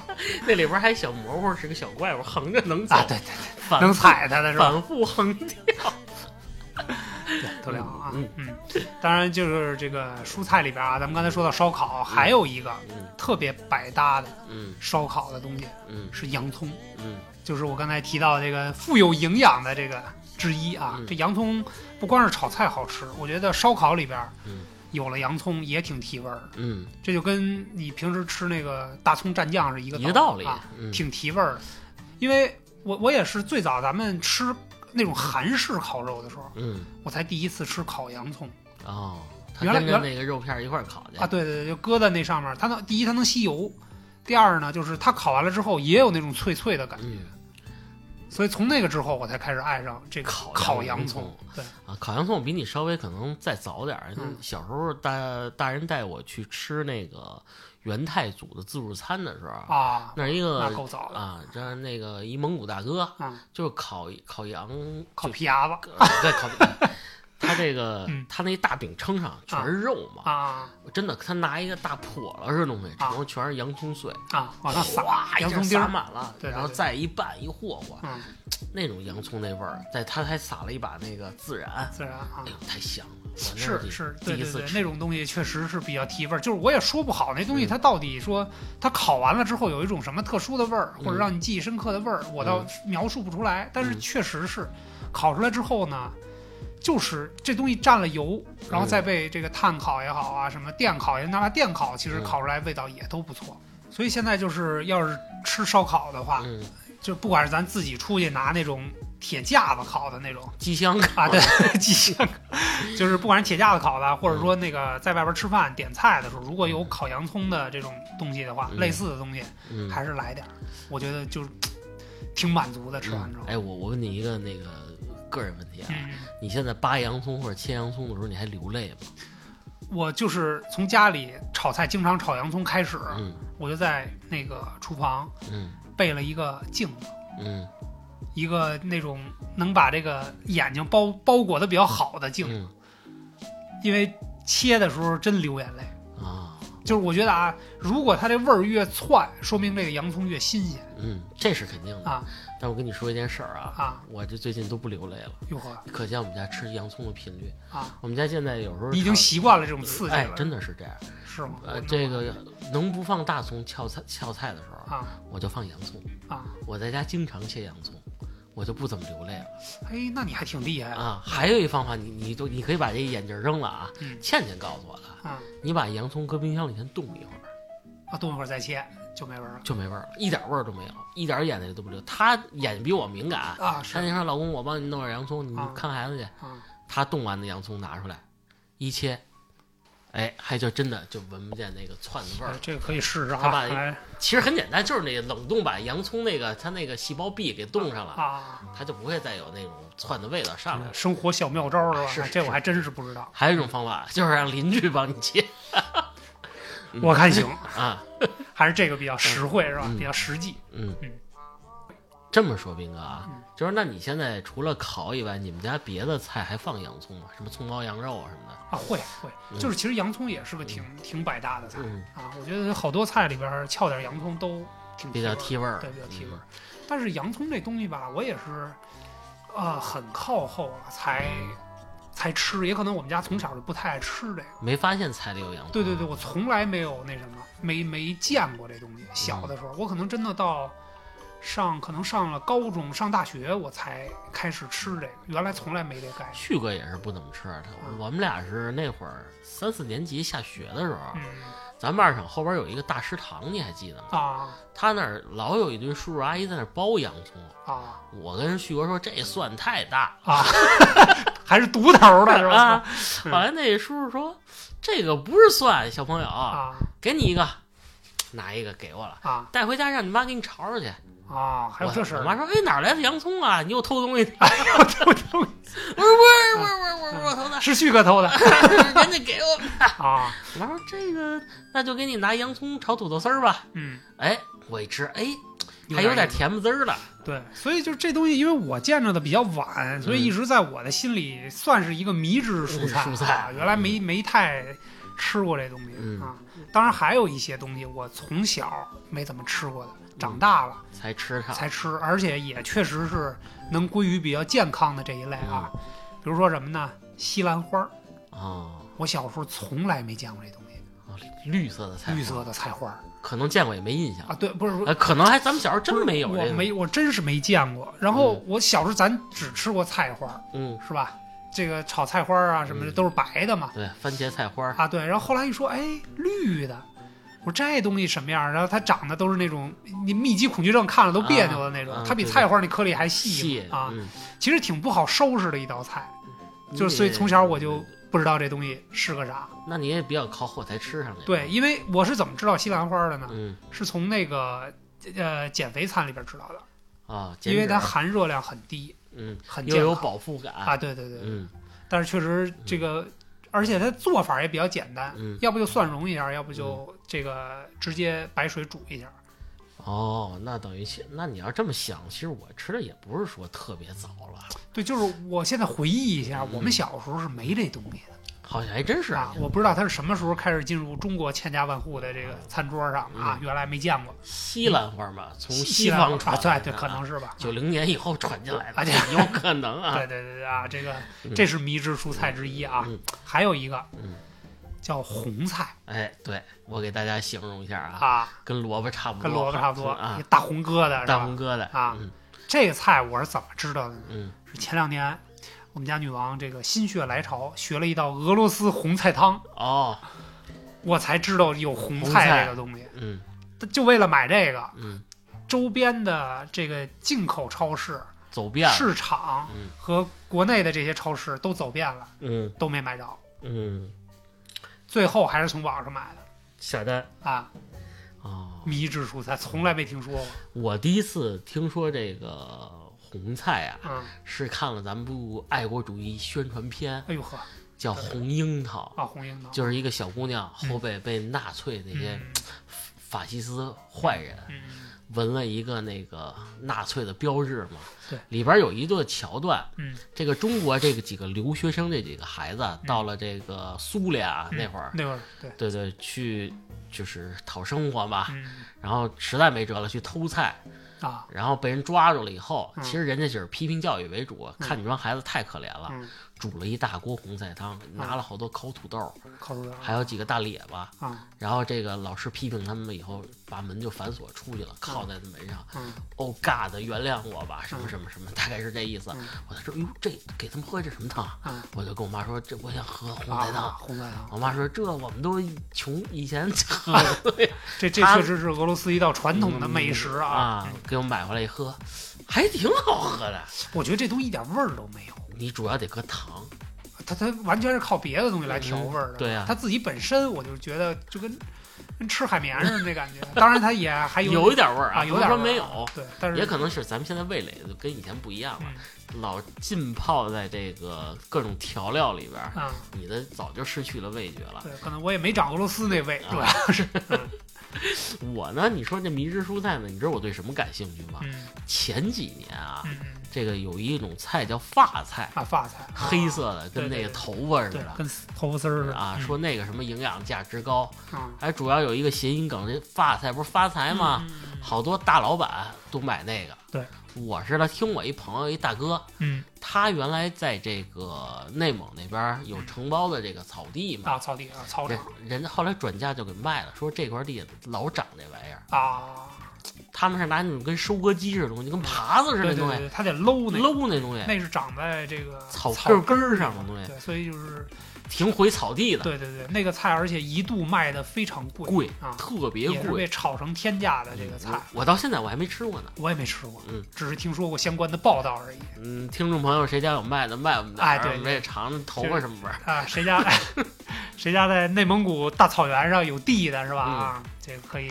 A: 那里边还小蘑菇是个小怪物，横着能走，
B: 啊！对对对，
A: 反
B: 能踩它的是吧？
A: 反复横跳。
B: 特别好啊！
A: 嗯
B: 嗯，当然就是这个蔬菜里边啊，咱们刚才说到烧烤，还有一个
A: 嗯
B: 特别百搭的
A: 嗯
B: 烧烤的东西
A: 嗯
B: 是洋葱，
A: 嗯
B: 就是我刚才提到这个富有营养的这个之一啊
A: 嗯。
B: 这洋葱不光是炒菜好吃，我觉得烧烤里边
A: 嗯
B: 有了洋葱也挺提味儿的，
A: 嗯，
B: 这就跟你平时吃那个大葱蘸酱是一个
A: 一个道
B: 理
A: 理
B: 啊，，
A: 嗯
B: 挺提味儿的。因为我我也是最早咱们吃那种韩式烤肉的时候，
A: 嗯，
B: 我才第一次吃烤洋葱
A: 哦，它
B: 原来
A: 跟着那
B: 原
A: 个肉片儿一块儿烤去
B: 啊，，对对对，就搁在那上面儿，它能第一它能吸油，第二呢就是它烤完了之后也有那种脆脆的感觉，
A: 嗯
B: 所以从那个之后我才开始爱上这个
A: 烤
B: 烤
A: 洋
B: 洋
A: 葱
B: 葱，对，
A: 啊，烤洋葱比你稍微可能再早点儿。
B: 嗯
A: 小时候大大人带我去吃那个元太祖的自助餐的时候，
B: 啊，
A: 那是一
B: 那
A: 个
B: 够早了
A: 啊，这那个一蒙古大哥，
B: 啊，
A: 就是烤烤羊，
B: 烤皮牙子
A: 呃对烤。他这个
B: 嗯，
A: 他那大饼撑上全是肉嘛，
B: 啊
A: 真的，他拿一个大笸箩似的东西，
B: 啊
A: 然后全是洋葱碎，
B: 啊，往上撒
A: 哗，
B: 洋
A: 一下
B: 葱丁
A: 撒
B: 儿，
A: 满了，
B: 对对
A: 然后
B: 对
A: 再一拌一和和，
B: 嗯，
A: 那种洋葱那味儿，在他还撒了一把那个孜然，
B: 自然啊
A: 哎。呦，太香了！我那
B: 是
A: 第
B: 是，对
A: 第一
B: 对
A: 次
B: 对，
A: 吃
B: 那种东西确实是比较提味儿。就是我也说不好那东西
A: 嗯
B: 它到底说它烤完了之后有一种什么特殊的味儿，
A: 嗯
B: 或者让你记忆深刻的味儿，我倒
A: 嗯
B: 描述不出来。但是
A: 嗯
B: 确实是，烤出来之后呢，就是这东西蘸了油，然后再
A: 嗯
B: 被这个炭烤也好啊，什么电烤也，哪怕电烤，其实
A: 嗯
B: 烤出来味道也都不错。所以现在就是要是吃烧烤的话，
A: 嗯，
B: 就不管是咱自己出去拿那种铁架子烤的那种。
A: 鸡香
B: 啊，对，鸡香，就是不管是铁架子烤的，或者说那个在外边吃饭点菜的时候，如果有烤洋葱的这种东西的话，
A: 嗯
B: 类似的东西
A: 嗯，
B: 还是来点儿，我觉得就是挺满足的。吃完之后
A: 嗯，哎，我我问你一个那个个人问题啊，
B: 嗯，
A: 你现在扒洋葱或者切洋葱的时候，你还流泪吗？
B: 我就是从家里炒菜经常炒洋葱开始，
A: 嗯
B: 我就在那个厨房
A: 嗯
B: 备了一个镜子，
A: 嗯
B: 一个那种能把这个眼睛包包裹的比较好的镜，
A: 嗯
B: 因为切的时候真流眼泪。
A: 啊
B: 就是我觉得啊，如果它这味儿越窜，说明这个洋葱越新鲜
A: 嗯，这是肯定的
B: 啊。
A: 但我跟你说一件事儿啊，
B: 啊！
A: 我这最近都不流泪了，
B: 哟呵
A: 可见我们家吃洋葱的频率。
B: 啊，
A: 我们家现在有时候
B: 你已经
A: 炒
B: 习惯了这种刺激
A: 哎
B: 了，，
A: 真的是这样。
B: 是吗？
A: 呃
B: 我，
A: 这个能不放大葱翘菜翘菜的时候，
B: 啊
A: 我就放洋葱。
B: 啊，
A: 我在家经常切洋葱，我就不怎么流泪了
B: 哎，那你还挺厉害啊
A: 啊。还有一方法，你你都你可以把这眼镜扔了啊。
B: 嗯
A: 倩倩告诉我的，
B: 啊
A: 你把洋葱搁冰箱里先冻一会儿，
B: 啊！冻一会儿再切就没味儿了
A: 就没味儿了，一点味儿都没有，一点眼泪都不流。她眼睛比我敏感，
B: 啊！是
A: 她就说：“老公，我帮你弄点洋葱，你
B: 啊
A: 看孩子去。
B: 啊，”
A: 她冻完的洋葱拿出来，一切，哎，还就真的就闻不见那个窜的味儿
B: 哎
A: 了。
B: 这个可以试试
A: 他
B: 啊，
A: 把
B: 来
A: 其实很简单，就是那个冷冻把洋葱那个它那个细胞壁给冻上了，
B: 啊，嗯
A: 它就不会再有那种窜的味道上来了。
B: 生活小妙招
A: 是
B: 是吧？
A: 是
B: 这我还真是不知道，
A: 还有一种方法，就是让邻居帮你切嗯
B: 我看行，
A: 啊。
B: 还是这个比较实惠是吧
A: 嗯？
B: 比较实际。
A: 嗯
B: 嗯，
A: 这么说，斌哥啊
B: 嗯，
A: 就是那你现在除了烤以外，你们家别的菜还放洋葱吗？什么葱包羊肉啊什么的？
B: 啊，会会，就是其实洋葱也是个挺、挺百搭的菜、
A: 嗯
B: 啊。我觉得好多菜里边儿翘点洋葱都挺
A: 比较
B: 提
A: 提味儿，
B: 对比较提味
A: 嗯
B: 儿。但是洋葱这东西吧，我也是，呃，很靠后了才才吃，也可能我们家从小就不太爱吃这个。
A: 没发现菜里有洋葱。啊
B: 对对对，，我从来没有那什么，没没见过这东西。小的时候，我可能真的到上可能上了高中、上大学，我才开始吃这个，原来从来没这概念。
A: 旭哥也是不怎么吃。啊他
B: 嗯
A: 我们俩是那会儿三四年级下学的时候，
B: 嗯
A: 咱们二厂后边有一个大食堂，你还记得吗？
B: 啊
A: 他那儿老有一堆叔叔阿姨在那儿剥洋葱。
B: 啊
A: 我跟旭哥说，这蒜太大
B: 啊，还是独头的是吧？
A: 啊！
B: 嗯
A: 好像那叔叔说，这个不是蒜，小朋友，
B: 啊
A: 给你一个，拿一个给我了，
B: 啊
A: 带回家让你妈给你炒炒去。
B: 啊！还有这事
A: 我
B: 儿
A: 我妈说，哎，哪儿来的洋葱啊？你又偷 东西？我说不是不是不是不是我 偷的，
B: 是旭哥偷的
A: 赶紧给我。
B: 啊，
A: 我妈说这个，那就给你拿洋葱炒土豆丝儿吧。
B: 嗯，
A: 哎，我一吃，哎，还有
B: 点
A: 点甜不滋儿的。
B: 对，所以就是这东西，因为我见着的比较晚，所以一直在我的心里算是一个迷之蔬菜啊。
A: 嗯蔬菜
B: 原来没没太吃过这东西、
A: 嗯
B: 啊。当然还有一些东西我从小没怎么吃过的，
A: 嗯
B: 长大了
A: 才吃它，
B: 才吃，而且也确实是能归于比较健康的这一类啊。
A: 嗯
B: 比如说什么呢？西兰花儿，
A: 哦，
B: 我小时候从来没见过这东西，
A: 哦绿色的菜，
B: 绿色的菜花儿
A: 可能见过也没印象
B: 啊，，对，不是。
A: 呃，可能还咱们小时候
B: 不是
A: 真没有
B: 我
A: 这个，
B: 没，我真是没见过。然后
A: 嗯
B: 我小时候咱只吃过菜花儿，
A: 嗯
B: 是吧？这个炒菜花儿啊什么的
A: 嗯
B: 都是白的嘛，
A: 对，番茄菜花儿，
B: 啊，对，然后后来一说，哎，绿的，我说这东西什么样儿？然后它长得都是那种你密集恐惧症看了都别扭的那种，
A: 啊啊
B: 它比
A: 对
B: 菜花儿那颗粒还细
A: 细
B: 嘛啊，
A: 嗯
B: 其实挺不好收拾的一道菜，
A: 你
B: 就是所以
A: 得
B: 从小我就不知道这东西是个啥。
A: 嗯那你也比较靠后才吃上的。
B: 对，，因为我是怎么知道西兰花的呢？
A: 嗯
B: 是从那个呃减肥餐里边知道的，
A: 啊，
B: 因为它
A: 减脂
B: 含热量很低，
A: 嗯
B: 很
A: 又
B: 健
A: 有
B: 康
A: 饱腹感，
B: 啊。对对对，
A: 嗯
B: 但是确实这个，而且它做法也比较简单，
A: 嗯
B: 要不就蒜蓉一下，要不就这个直接白水煮一下。
A: 哦，那等于其那你要这么想，其实我吃的也不是说特别早了，
B: 对，就是我现在回忆一下，
A: 嗯
B: 我们小时候是没这东西
A: 好像还真是
B: 的啊，我不知道它是什么时候开始进入中国千家万户的这个餐桌上的啊，原来没见过。
A: 西兰花嘛，嗯从
B: 西兰
A: 方
B: 花
A: 传
B: 啊
A: 进来的，
B: 对对，可能是吧。
A: 九零年以后传进来的，
B: 啊对
A: 有可能啊。
B: 对对对对啊，这个
A: 嗯
B: 这是迷之蔬菜之一啊
A: 嗯。
B: 还有一个
A: 嗯
B: 叫红菜
A: 哎，对我给大家形容一下啊，
B: 啊，
A: 跟萝卜差不多，
B: 跟萝卜差不多，
A: 啊
B: 一，大红疙瘩是
A: 大
B: 吧？
A: 红疙瘩
B: 啊
A: 嗯
B: 这个菜我是怎么知道的呢？
A: 嗯，
B: 是前两年我们家女王这个心血来潮学了一道俄罗斯红菜汤，
A: 哦，
B: 我才知道有红
A: 红菜
B: 菜这个东西。
A: 嗯
B: 就为了买这个，
A: 嗯，
B: 周边的这个进口超市、
A: 走遍了，
B: 市场
A: 嗯
B: 和国内的这些超市都走遍了，
A: 嗯
B: 都没买着，
A: 嗯，
B: 最后还是从网上买的。
A: 下单
B: 啊，
A: 哦。
B: 迷之蔬菜从来没听说过。
A: 我第一次听说这个红菜啊，
B: 嗯，
A: 是看了咱们部爱国主义宣传片，
B: 哎呦呵，
A: 叫《红樱桃
B: 啊，红樱桃》，，
A: 就是一个小姑娘后背被纳粹那些
B: 嗯
A: 法西斯坏人
B: 嗯嗯
A: 纹了一个那个纳粹的标志嘛。
B: 对，
A: 里边有一段桥段，
B: 嗯，
A: 这个中国这个几个留学生这几个孩子啊
B: 嗯
A: 到了这个苏联啊那会儿，
B: 那会儿对，
A: 对对，去就是讨生活嘛，
B: 嗯
A: 然后实在没辙了去偷菜，
B: 啊，
A: 然后被人抓住了以后，
B: 嗯
A: 其实人家就是批评教育为主，啊
B: 嗯
A: 看你们孩子太可怜了，
B: 嗯，
A: 煮了一大锅红菜汤，拿了好多烤土豆，
B: 烤肉
A: 还有几个大列巴。
B: 啊，
A: 然后这个老师批评他们以后，把门就反锁出去了，靠在门上。
B: 嗯
A: Oh God，原谅我吧，什么什么什么，大概是这意思
B: 嗯。
A: 我就说，哟，这给他们喝这什么汤啊？
B: 嗯
A: 我就跟我妈说，这我想喝红菜
B: 啊，
A: 汤。
B: 红菜汤，
A: 我妈说，这我们都穷，以 前喝过
B: 这这
A: 它
B: 确实是俄罗斯一道传统的美食啊。
A: 啊，给我买回来一喝，还挺好喝的。
B: 我觉得这东西一点味儿都没有，
A: 你主要得搁糖。
B: 它它完全是靠别的东西来调味儿的。
A: 嗯对啊
B: 它自己本身我就觉得就跟跟吃海绵似的那感觉。当然它也还
A: 有一点味儿
B: 啊，有
A: 不是
B: 点
A: 说
B: 味儿
A: 没有，
B: 对，但是
A: 也可能是咱们现在味蕾就跟以前不一样了，老浸泡在这个各种调料里边儿，
B: 嗯啊，
A: 你的早就失去了味觉了。
B: 对，可能我也没长俄罗斯那味，
A: 啊
B: 主要是
A: 我呢，你说这迷之蔬菜呢，你知道我对什么感兴趣吗？
B: 嗯
A: 前几年啊，
B: 嗯嗯
A: 这个有一种菜叫发菜，
B: 啊，发菜
A: 黑，色的，跟那
B: 对
A: 个
B: 对对
A: 头发
B: 啊
A: 似
B: 对，嗯
A: 的。
B: 跟头发丝儿似的
A: 啊，说那个什么营养价值高，
B: 啊，
A: 还主要有一个谐音梗，这发菜不是发财吗？
B: 嗯，嗯
A: 好多大老板都买那个。
B: 对，
A: 我是的，听我一朋友一大哥，
B: 嗯
A: 他原来在这个内蒙那边儿有承包的这个草地嘛，
B: 啊，草地啊，草
A: 人
B: 场
A: 人家后来转嫁就给卖了，说这块地老长这玩意儿，
B: 啊，
A: 他们是拿那种跟收割机似的东西，跟耙子似的
B: 对对
A: 东
B: 对，
A: 西
B: 它得搂那个
A: 搂那东西，
B: 那是长在这个
A: 草
B: 根
A: 根根儿上的东西，
B: 对，所以就是
A: 挺毁草地嗯的，
B: 对对对，那个菜，而且一度卖的非常贵，
A: 贵
B: 啊，
A: 特别
B: 也是
A: 贵。
B: 被炒成天价的这个菜，
A: 我我到现在我还没吃过呢。
B: 我也没吃过，
A: 嗯，
B: 只是听说过相关的报道而已。
A: 嗯，听众朋友，谁家有卖的卖我们点
B: 哎
A: 儿，
B: 对
A: 我们也尝尝头发什么味儿。
B: 啊，谁家 谁家在内蒙古大草原上有地的是吧？
A: 嗯
B: 啊，这个可以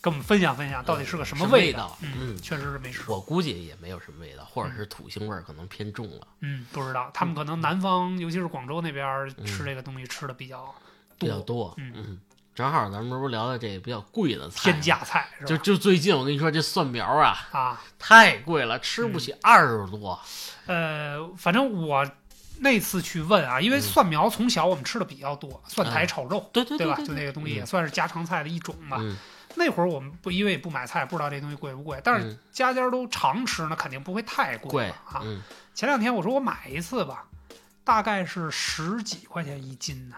B: 跟我们分享分享，到底是个什么
A: 味
B: 道？
A: 道嗯
B: 确实是没嗯吃过，
A: 我估计也没有什么味道，或者是土腥味儿可能偏重了。
B: 嗯，不知道。他们可能南方，尤其是广州那边儿
A: 嗯
B: 吃这个东西吃的比较
A: 比较多。
B: 多，嗯
A: 正好咱们不是聊聊这比较贵的菜吗，
B: 天价菜是
A: 就
B: 吧？
A: 就最近我跟你说，这蒜苗啊
B: 啊，
A: 太贵了，吃
B: 嗯
A: 不起二十多。
B: 呃，反正我那次去问啊，因为
A: 嗯
B: 蒜苗从小我们吃的比较多，蒜苔炒 肉，
A: 对对
B: 对
A: 对
B: 吧？
A: 对
B: 就那个东西也
A: 嗯
B: 算是家常菜的一种吧。
A: 嗯
B: 那会儿我们不因为也不买菜，不知道这东西贵不贵，但是
A: 嗯
B: 家家都常吃呢，肯定不会太
A: 贵
B: 了啊。
A: 嗯
B: 前两天我说我买一次吧，大概是十几块钱一斤呢、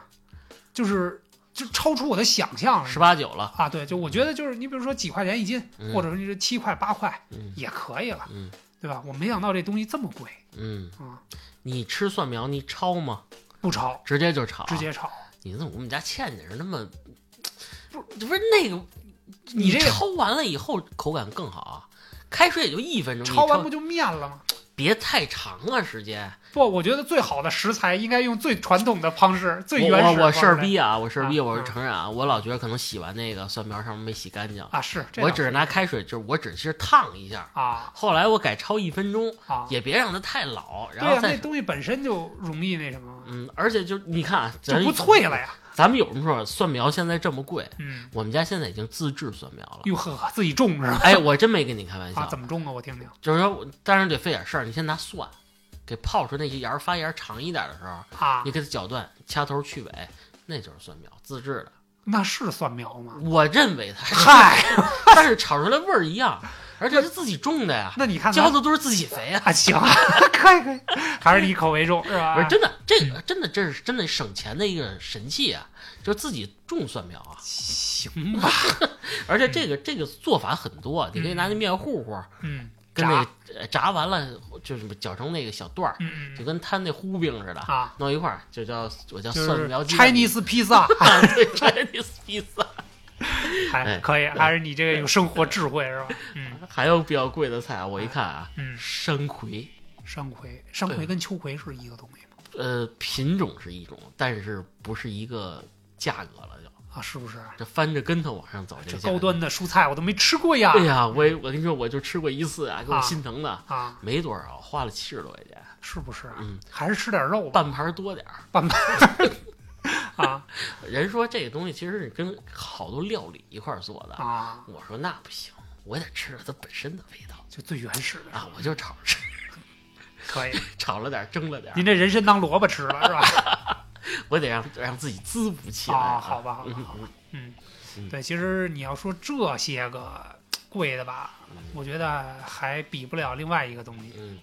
B: 就是就超出我的想象了
A: 十八九了，
B: 啊！对，就我觉得就是你比如说几块钱一斤，
A: 嗯
B: 或者说你是七块八块
A: 嗯
B: 也可以了。
A: 嗯
B: 对吧？我没想到这东西这么贵
A: 嗯，
B: 啊、
A: 你吃蒜苗你焯吗？
B: 不炒，
A: 直接就炒。
B: 直。接炒。
A: 你怎么我们家倩姐是那么，不是不是那个，
B: 你这个
A: 焯完了以后口感更好啊。开水也就一分钟，
B: 焯完
A: 你
B: 不就面了吗？
A: 别太长啊，时间。
B: 不，我觉得最好的食材应该用最传统的方式，最
A: 我
B: 原始
A: 我
B: 的
A: 我
B: 方
A: 事儿
B: 式
A: 逼啊，我事儿逼，
B: 啊
A: 我是
B: 啊
A: 承认啊，我老觉得可能洗完那个蒜苗上面没洗干净，
B: 啊！是，这
A: 我
B: 倒
A: 只是拿开水，就是我只是烫一下。
B: 啊
A: 后来我改焯一分钟，
B: 啊，
A: 也别让它太老，
B: 对
A: 然
B: 呀、
A: 后
B: 那
A: 再
B: 东西本身就容易那什么，
A: 嗯，而且就你看啊，
B: 就
A: 咱
B: 不脆了。呀。
A: 咱们有什么说蒜苗现在这么贵？
B: 嗯，
A: 我们家现在已经自制蒜苗了。
B: 哟呵，自己种是吧？
A: 哎，我真没跟你开玩笑，
B: 啊，怎么种啊？我听听
A: 就是说，但是得费点事儿。你先拿蒜，给泡出那些芽儿发芽儿长一点的时候，
B: 啊
A: 你，给它搅断，掐头去尾，那就是蒜苗自制的。
B: 那是蒜苗 吗？
A: 我认为它是，
B: 嗨，
A: 但是炒出来味儿一样，而且是自己种的呀，
B: 那你看看
A: 浇的都是自己肥啊。
B: 啊，行，可以可以，还是以口为重是吧？
A: 不是真的，这个真的这是真的省钱的一个神器啊，就自己种蒜苗啊。
B: 行吧，嗯
A: 而且这个这个做法很多，啊你可以拿那面糊糊
B: 嗯，
A: 跟
B: 炸
A: 那个呃炸完了就是搅成那个小段儿，
B: 嗯
A: 就跟摊那糊饼似的，
B: 啊，
A: 弄一块儿就叫我叫
B: 就
A: 蒜
B: 是
A: 苗鸡 蛋
B: Chinese pizza，
A: 啊对 Chinese pizza，哎
B: 还可以，还是你这个有生活智慧是 吧？嗯
A: 还有比较贵的菜啊，我一看啊，
B: 嗯，
A: 山葵，
B: 山葵，山葵跟秋葵是一个东西吗？
A: 呃，品种是一种，但是不是一个价格了就，
B: 啊，是不是？
A: 这翻着跟头往上走，
B: 这
A: 价格
B: 高。端的蔬菜我都没吃过呀
A: 对呀，我也我跟你说，我就吃过一次啊，给我
B: 啊
A: 心疼的，
B: 啊，
A: 没多少，花了七十多块钱，
B: 是不是？啊
A: 嗯，
B: 还是吃点肉吧，
A: 半盘儿多点儿。
B: 拌拌啊
A: 人说这个东西其实是跟好多料理一块儿做的，
B: 啊，
A: 我说那不行，我得吃它本身的味道
B: 就最原始的，
A: 啊，我就炒吃，
B: 可 以。
A: 炒了点儿，蒸了点儿，
B: 您这人参当萝卜吃了 是吧？
A: 我得让让自己滋补起来
B: 啊，
A: 啊。
B: 好吧，好吧，
A: 嗯
B: 好吧，嗯
A: 嗯，
B: 对，其实你要说这些个贵的吧，我觉得还比不了另外一个东西，
A: 嗯，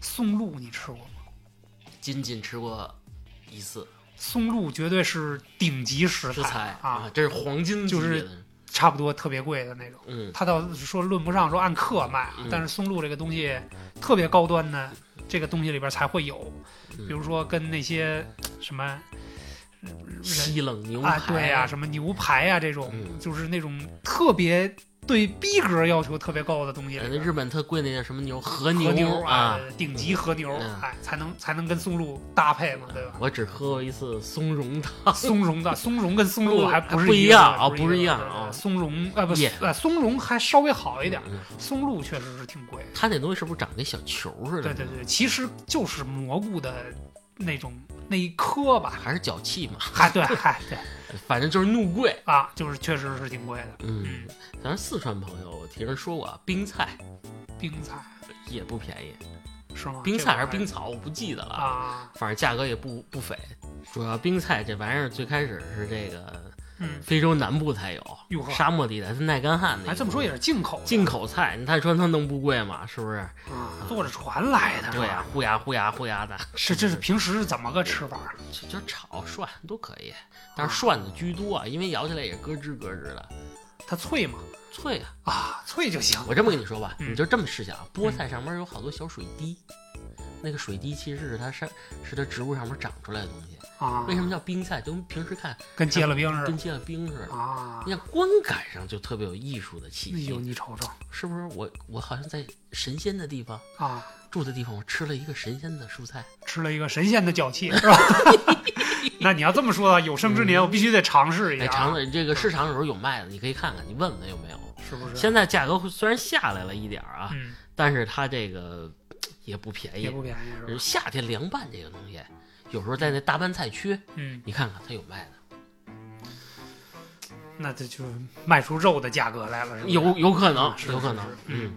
B: 松露，你吃过吗？
A: 仅仅吃过一次
B: 松露绝对是顶级食
A: 食材
B: 啊，，
A: 这是黄金级别的
B: 就是差不多特别贵的那种。
A: 嗯
B: 它倒是说论不上说按克卖啊
A: 嗯，
B: 但是松露这个东西特别高端呢，这个东西里边才会有，
A: 嗯
B: 比如说跟那些什么人
A: 西冷牛排
B: 啊，对呀、什么牛排呀、这种，
A: 嗯
B: 就是那种特别对逼格要求特别高的东西
A: 呃
B: 里
A: 那
B: 边。
A: 日本特贵那叫什么牛，和
B: 和牛哎
A: 牛啊。，
B: 顶级和牛，
A: 嗯
B: 哎，才能才能跟松露搭配嘛，对吧？
A: 我只喝过一次松茸汤，
B: 松茸的松茸跟松露还不是
A: 不一
B: 个
A: 样啊
B: 不是
A: 不是一样啊
B: 的松茸啊不
A: 耶
B: 呃松茸还稍微好一点，
A: 嗯。
B: 松露确实是挺贵的。
A: 它那东西是不是长得跟小球似的？
B: 对对，对，其实就是蘑菇的那种那一颗吧，
A: 还是脚气嘛，
B: 还对还对
A: 反正就是怒贵。
B: 啊，就是确实是挺贵的。
A: 嗯
B: 嗯，，
A: 咱四川朋友，我听人说过啊，冰菜
B: 冰菜
A: 也不便宜，
B: 是吗？
A: 冰
B: 这
A: 菜
B: 我
A: 还是
B: 还
A: 冰草，我不记得了，
B: 啊？
A: 反正价格也不不菲。主要冰菜这玩意儿最开始是这个
B: 嗯，
A: 非洲南部才有，
B: 哟呵
A: 沙漠地带它耐干旱的。
B: 哎，这么说也是进口的
A: 进口菜，你看川它能不贵吗？是不是？
B: 啊，坐着船来的，
A: 对啊呀、
B: 呀，
A: 呼呀呼呀呼呀 的，
B: 是这是平时是怎么个吃法？
A: 就就炒涮都可以，但是涮的居多啊，因为咬起来也咯吱咯吱的，
B: 它脆吗？
A: 脆啊。
B: 啊，脆就行。
A: 我这么跟你说吧，
B: 嗯
A: 你就这么试想，啊菠菜上面有好多小水滴，那个水滴其实是它山是它植物上面长出来的东西。
B: 啊，
A: 为什么叫冰菜？就跟平时看
B: 跟结了冰似
A: 跟
B: 的
A: 结了冰似的，
B: 啊
A: 你？看观感上就特别有艺术的气
B: 哎呦，
A: 息，
B: 你瞅瞅
A: 是不是我？我好像在神仙的地方
B: 啊，
A: 住的地方，我吃了一个神仙的蔬菜，
B: 吃了一个神仙的脚气，是吧？ 那你要这么说，有生之年我必须得尝试一
A: 嗯哎，
B: 下，
A: 尝了这个市场有时候有卖的，你可以看看，你问问有没有。
B: 是不是？
A: 现在价格虽然下来了一点儿啊，
B: 嗯，
A: 但是它这个嘖也不便
B: 也
A: 宜。
B: 不便宜，是吧？
A: 夏天凉拌这个东西，有时候在那大拌菜区，
B: 嗯，
A: 你看看它有卖的，
B: 那这就卖出肉的价格来了，是吧？
A: 有有可能
B: 嗯，是
A: 有可
B: 是
A: 能
B: 是，
A: 嗯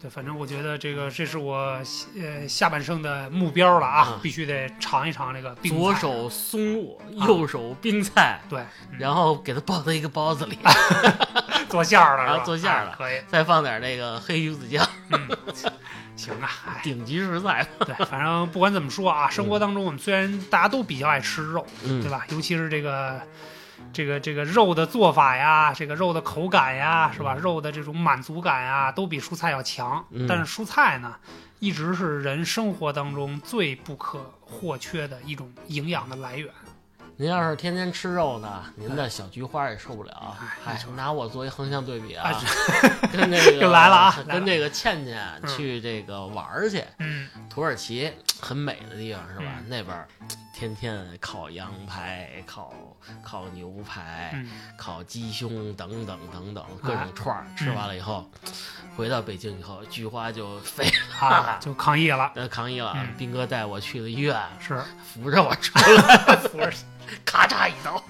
B: 对，反正我觉得这个这是我呃下半生的目标了啊，
A: 嗯
B: 必须得尝一尝这个冰菜。
A: 左手松露，
B: 啊
A: 右手冰菜，
B: 对，嗯啊
A: 然后给它包在一个包子里，
B: 做馅儿了是
A: 啊
B: 吧？
A: 做馅儿了
B: 哎可以，嗯
A: 再放点那个黑鱼子酱，
B: 行啊，哎，
A: 顶级食材。
B: 对，反正不管怎么说啊，生活当中我们虽然大家都比较爱吃肉，
A: 嗯
B: 对吧？尤其是这个这个这个肉的做法呀，这个肉的口感呀，是吧？肉的这种满足感呀，都比蔬菜要强。
A: 嗯
B: 但是蔬菜呢，一直是人生活当中最不可或缺的一种营养的来源。
A: 您要是天天吃肉呢，您的小菊花也受不了。
B: 哎
A: 嗨，拿我做一横向对比啊
B: 哎，
A: 跟这个
B: 又来了啊来了
A: 跟这个倩倩
B: 嗯
A: 去这个玩儿去，
B: 嗯，
A: 土耳其很美的地方是吧？
B: 嗯
A: 那边儿天天烤羊排、烤烤牛排、
B: 嗯
A: 烤鸡胸等等等等各种
B: 啊
A: 串儿，吃完了以后，回到北京以后，菊花就飞
B: 啊，就抗议了，
A: 呃抗议了。
B: 嗯
A: 斌哥带我去了医院，
B: 是
A: 扶着我出来，
B: 不是？
A: 咔嚓一刀。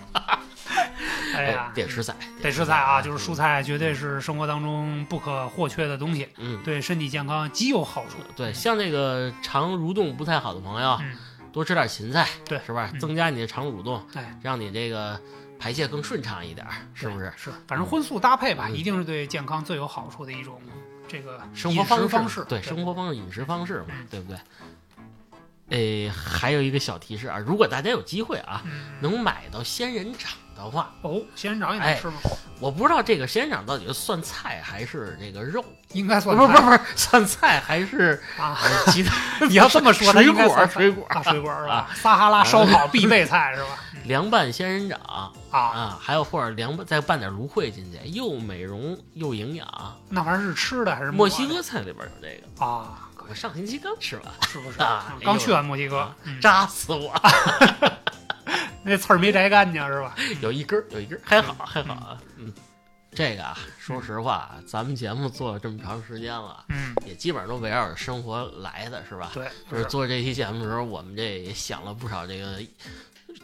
B: 哎呀，
A: 得吃菜，
B: 得吃菜啊，就是
A: 嗯
B: 蔬菜绝对是生活当中不可或缺的东西，
A: 嗯，
B: 对身体健康极有好处。
A: 对，像这个肠蠕动不太好的朋友，啊
B: 嗯
A: 多吃点芹菜，
B: 对
A: 是吧？
B: 嗯
A: 增加你的肠蠕动，
B: 哎，
A: 让你这个排泄更顺畅一点儿，是不是
B: 对？是，反正荤素搭配吧，
A: 嗯
B: 一定是对健康最有好处的一种这个
A: 生活方
B: 饮食方
A: 式，
B: 式。
A: 对，生活方式、饮食方式嘛
B: 嗯，
A: 对不对？诶，还有一个小提示啊，如果大家有机会啊，
B: 嗯
A: 能哎买到仙人掌的话，
B: 哦，仙人掌也能吃吗？
A: 我不知道这个仙人掌到底是算菜还是这个肉，
B: 应该
A: 不
B: 算
A: 是不
B: 菜
A: 是不是算菜还是
B: 啊。
A: 呃其他
B: 你要这么说，它
A: 水
B: 应该
A: 果
B: 算菜
A: 水果嗯
B: 啊，水果是吧？撒哈拉烧烤必备菜是吧？
A: 凉拌仙人掌
B: 啊，
A: 啊，还有或者凉拌再拌点芦荟进去，又美容又营养。
B: 那玩意儿是吃的还是
A: 墨
B: 摸的
A: 西哥菜里边有这个，
B: 啊？
A: 我上星期刚吃完，
B: 是不是
A: 啊？
B: 刚去完墨西哥
A: 啊，
B: 嗯
A: 扎死我！
B: 那刺儿没摘干净是吧？
A: 有一根儿，有一根儿，还好，还好啊。嗯，这个啊，说实话啊，咱们节目做了这么长时间了，
B: 嗯，
A: 也基本上都围绕着生活来的，是吧？
B: 对，
A: 就是做这期节目的时候，我们这也想了不少这个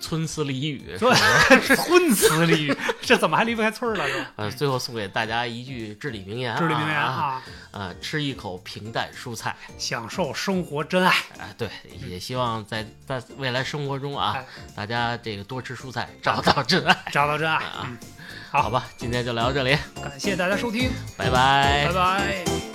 A: 村词俚语，是
B: 对
A: 吧？
B: 是荤词俚语，这怎么还离不开村儿了？是吧？
A: 呃，最后送给大家一句至理名言、啊，
B: 至理名言
A: 啊，
B: 啊，
A: 呃，吃一口平淡蔬菜。
B: 享受生活真爱。
A: 哎，对，也希望在在未来生活中啊
B: 哎，
A: 大家这个多吃蔬菜，找到真爱，
B: 找到真爱。
A: 啊
B: 嗯，
A: 好吧？今天就聊到这里，
B: 感谢大家收听，
A: 拜拜
B: 拜拜。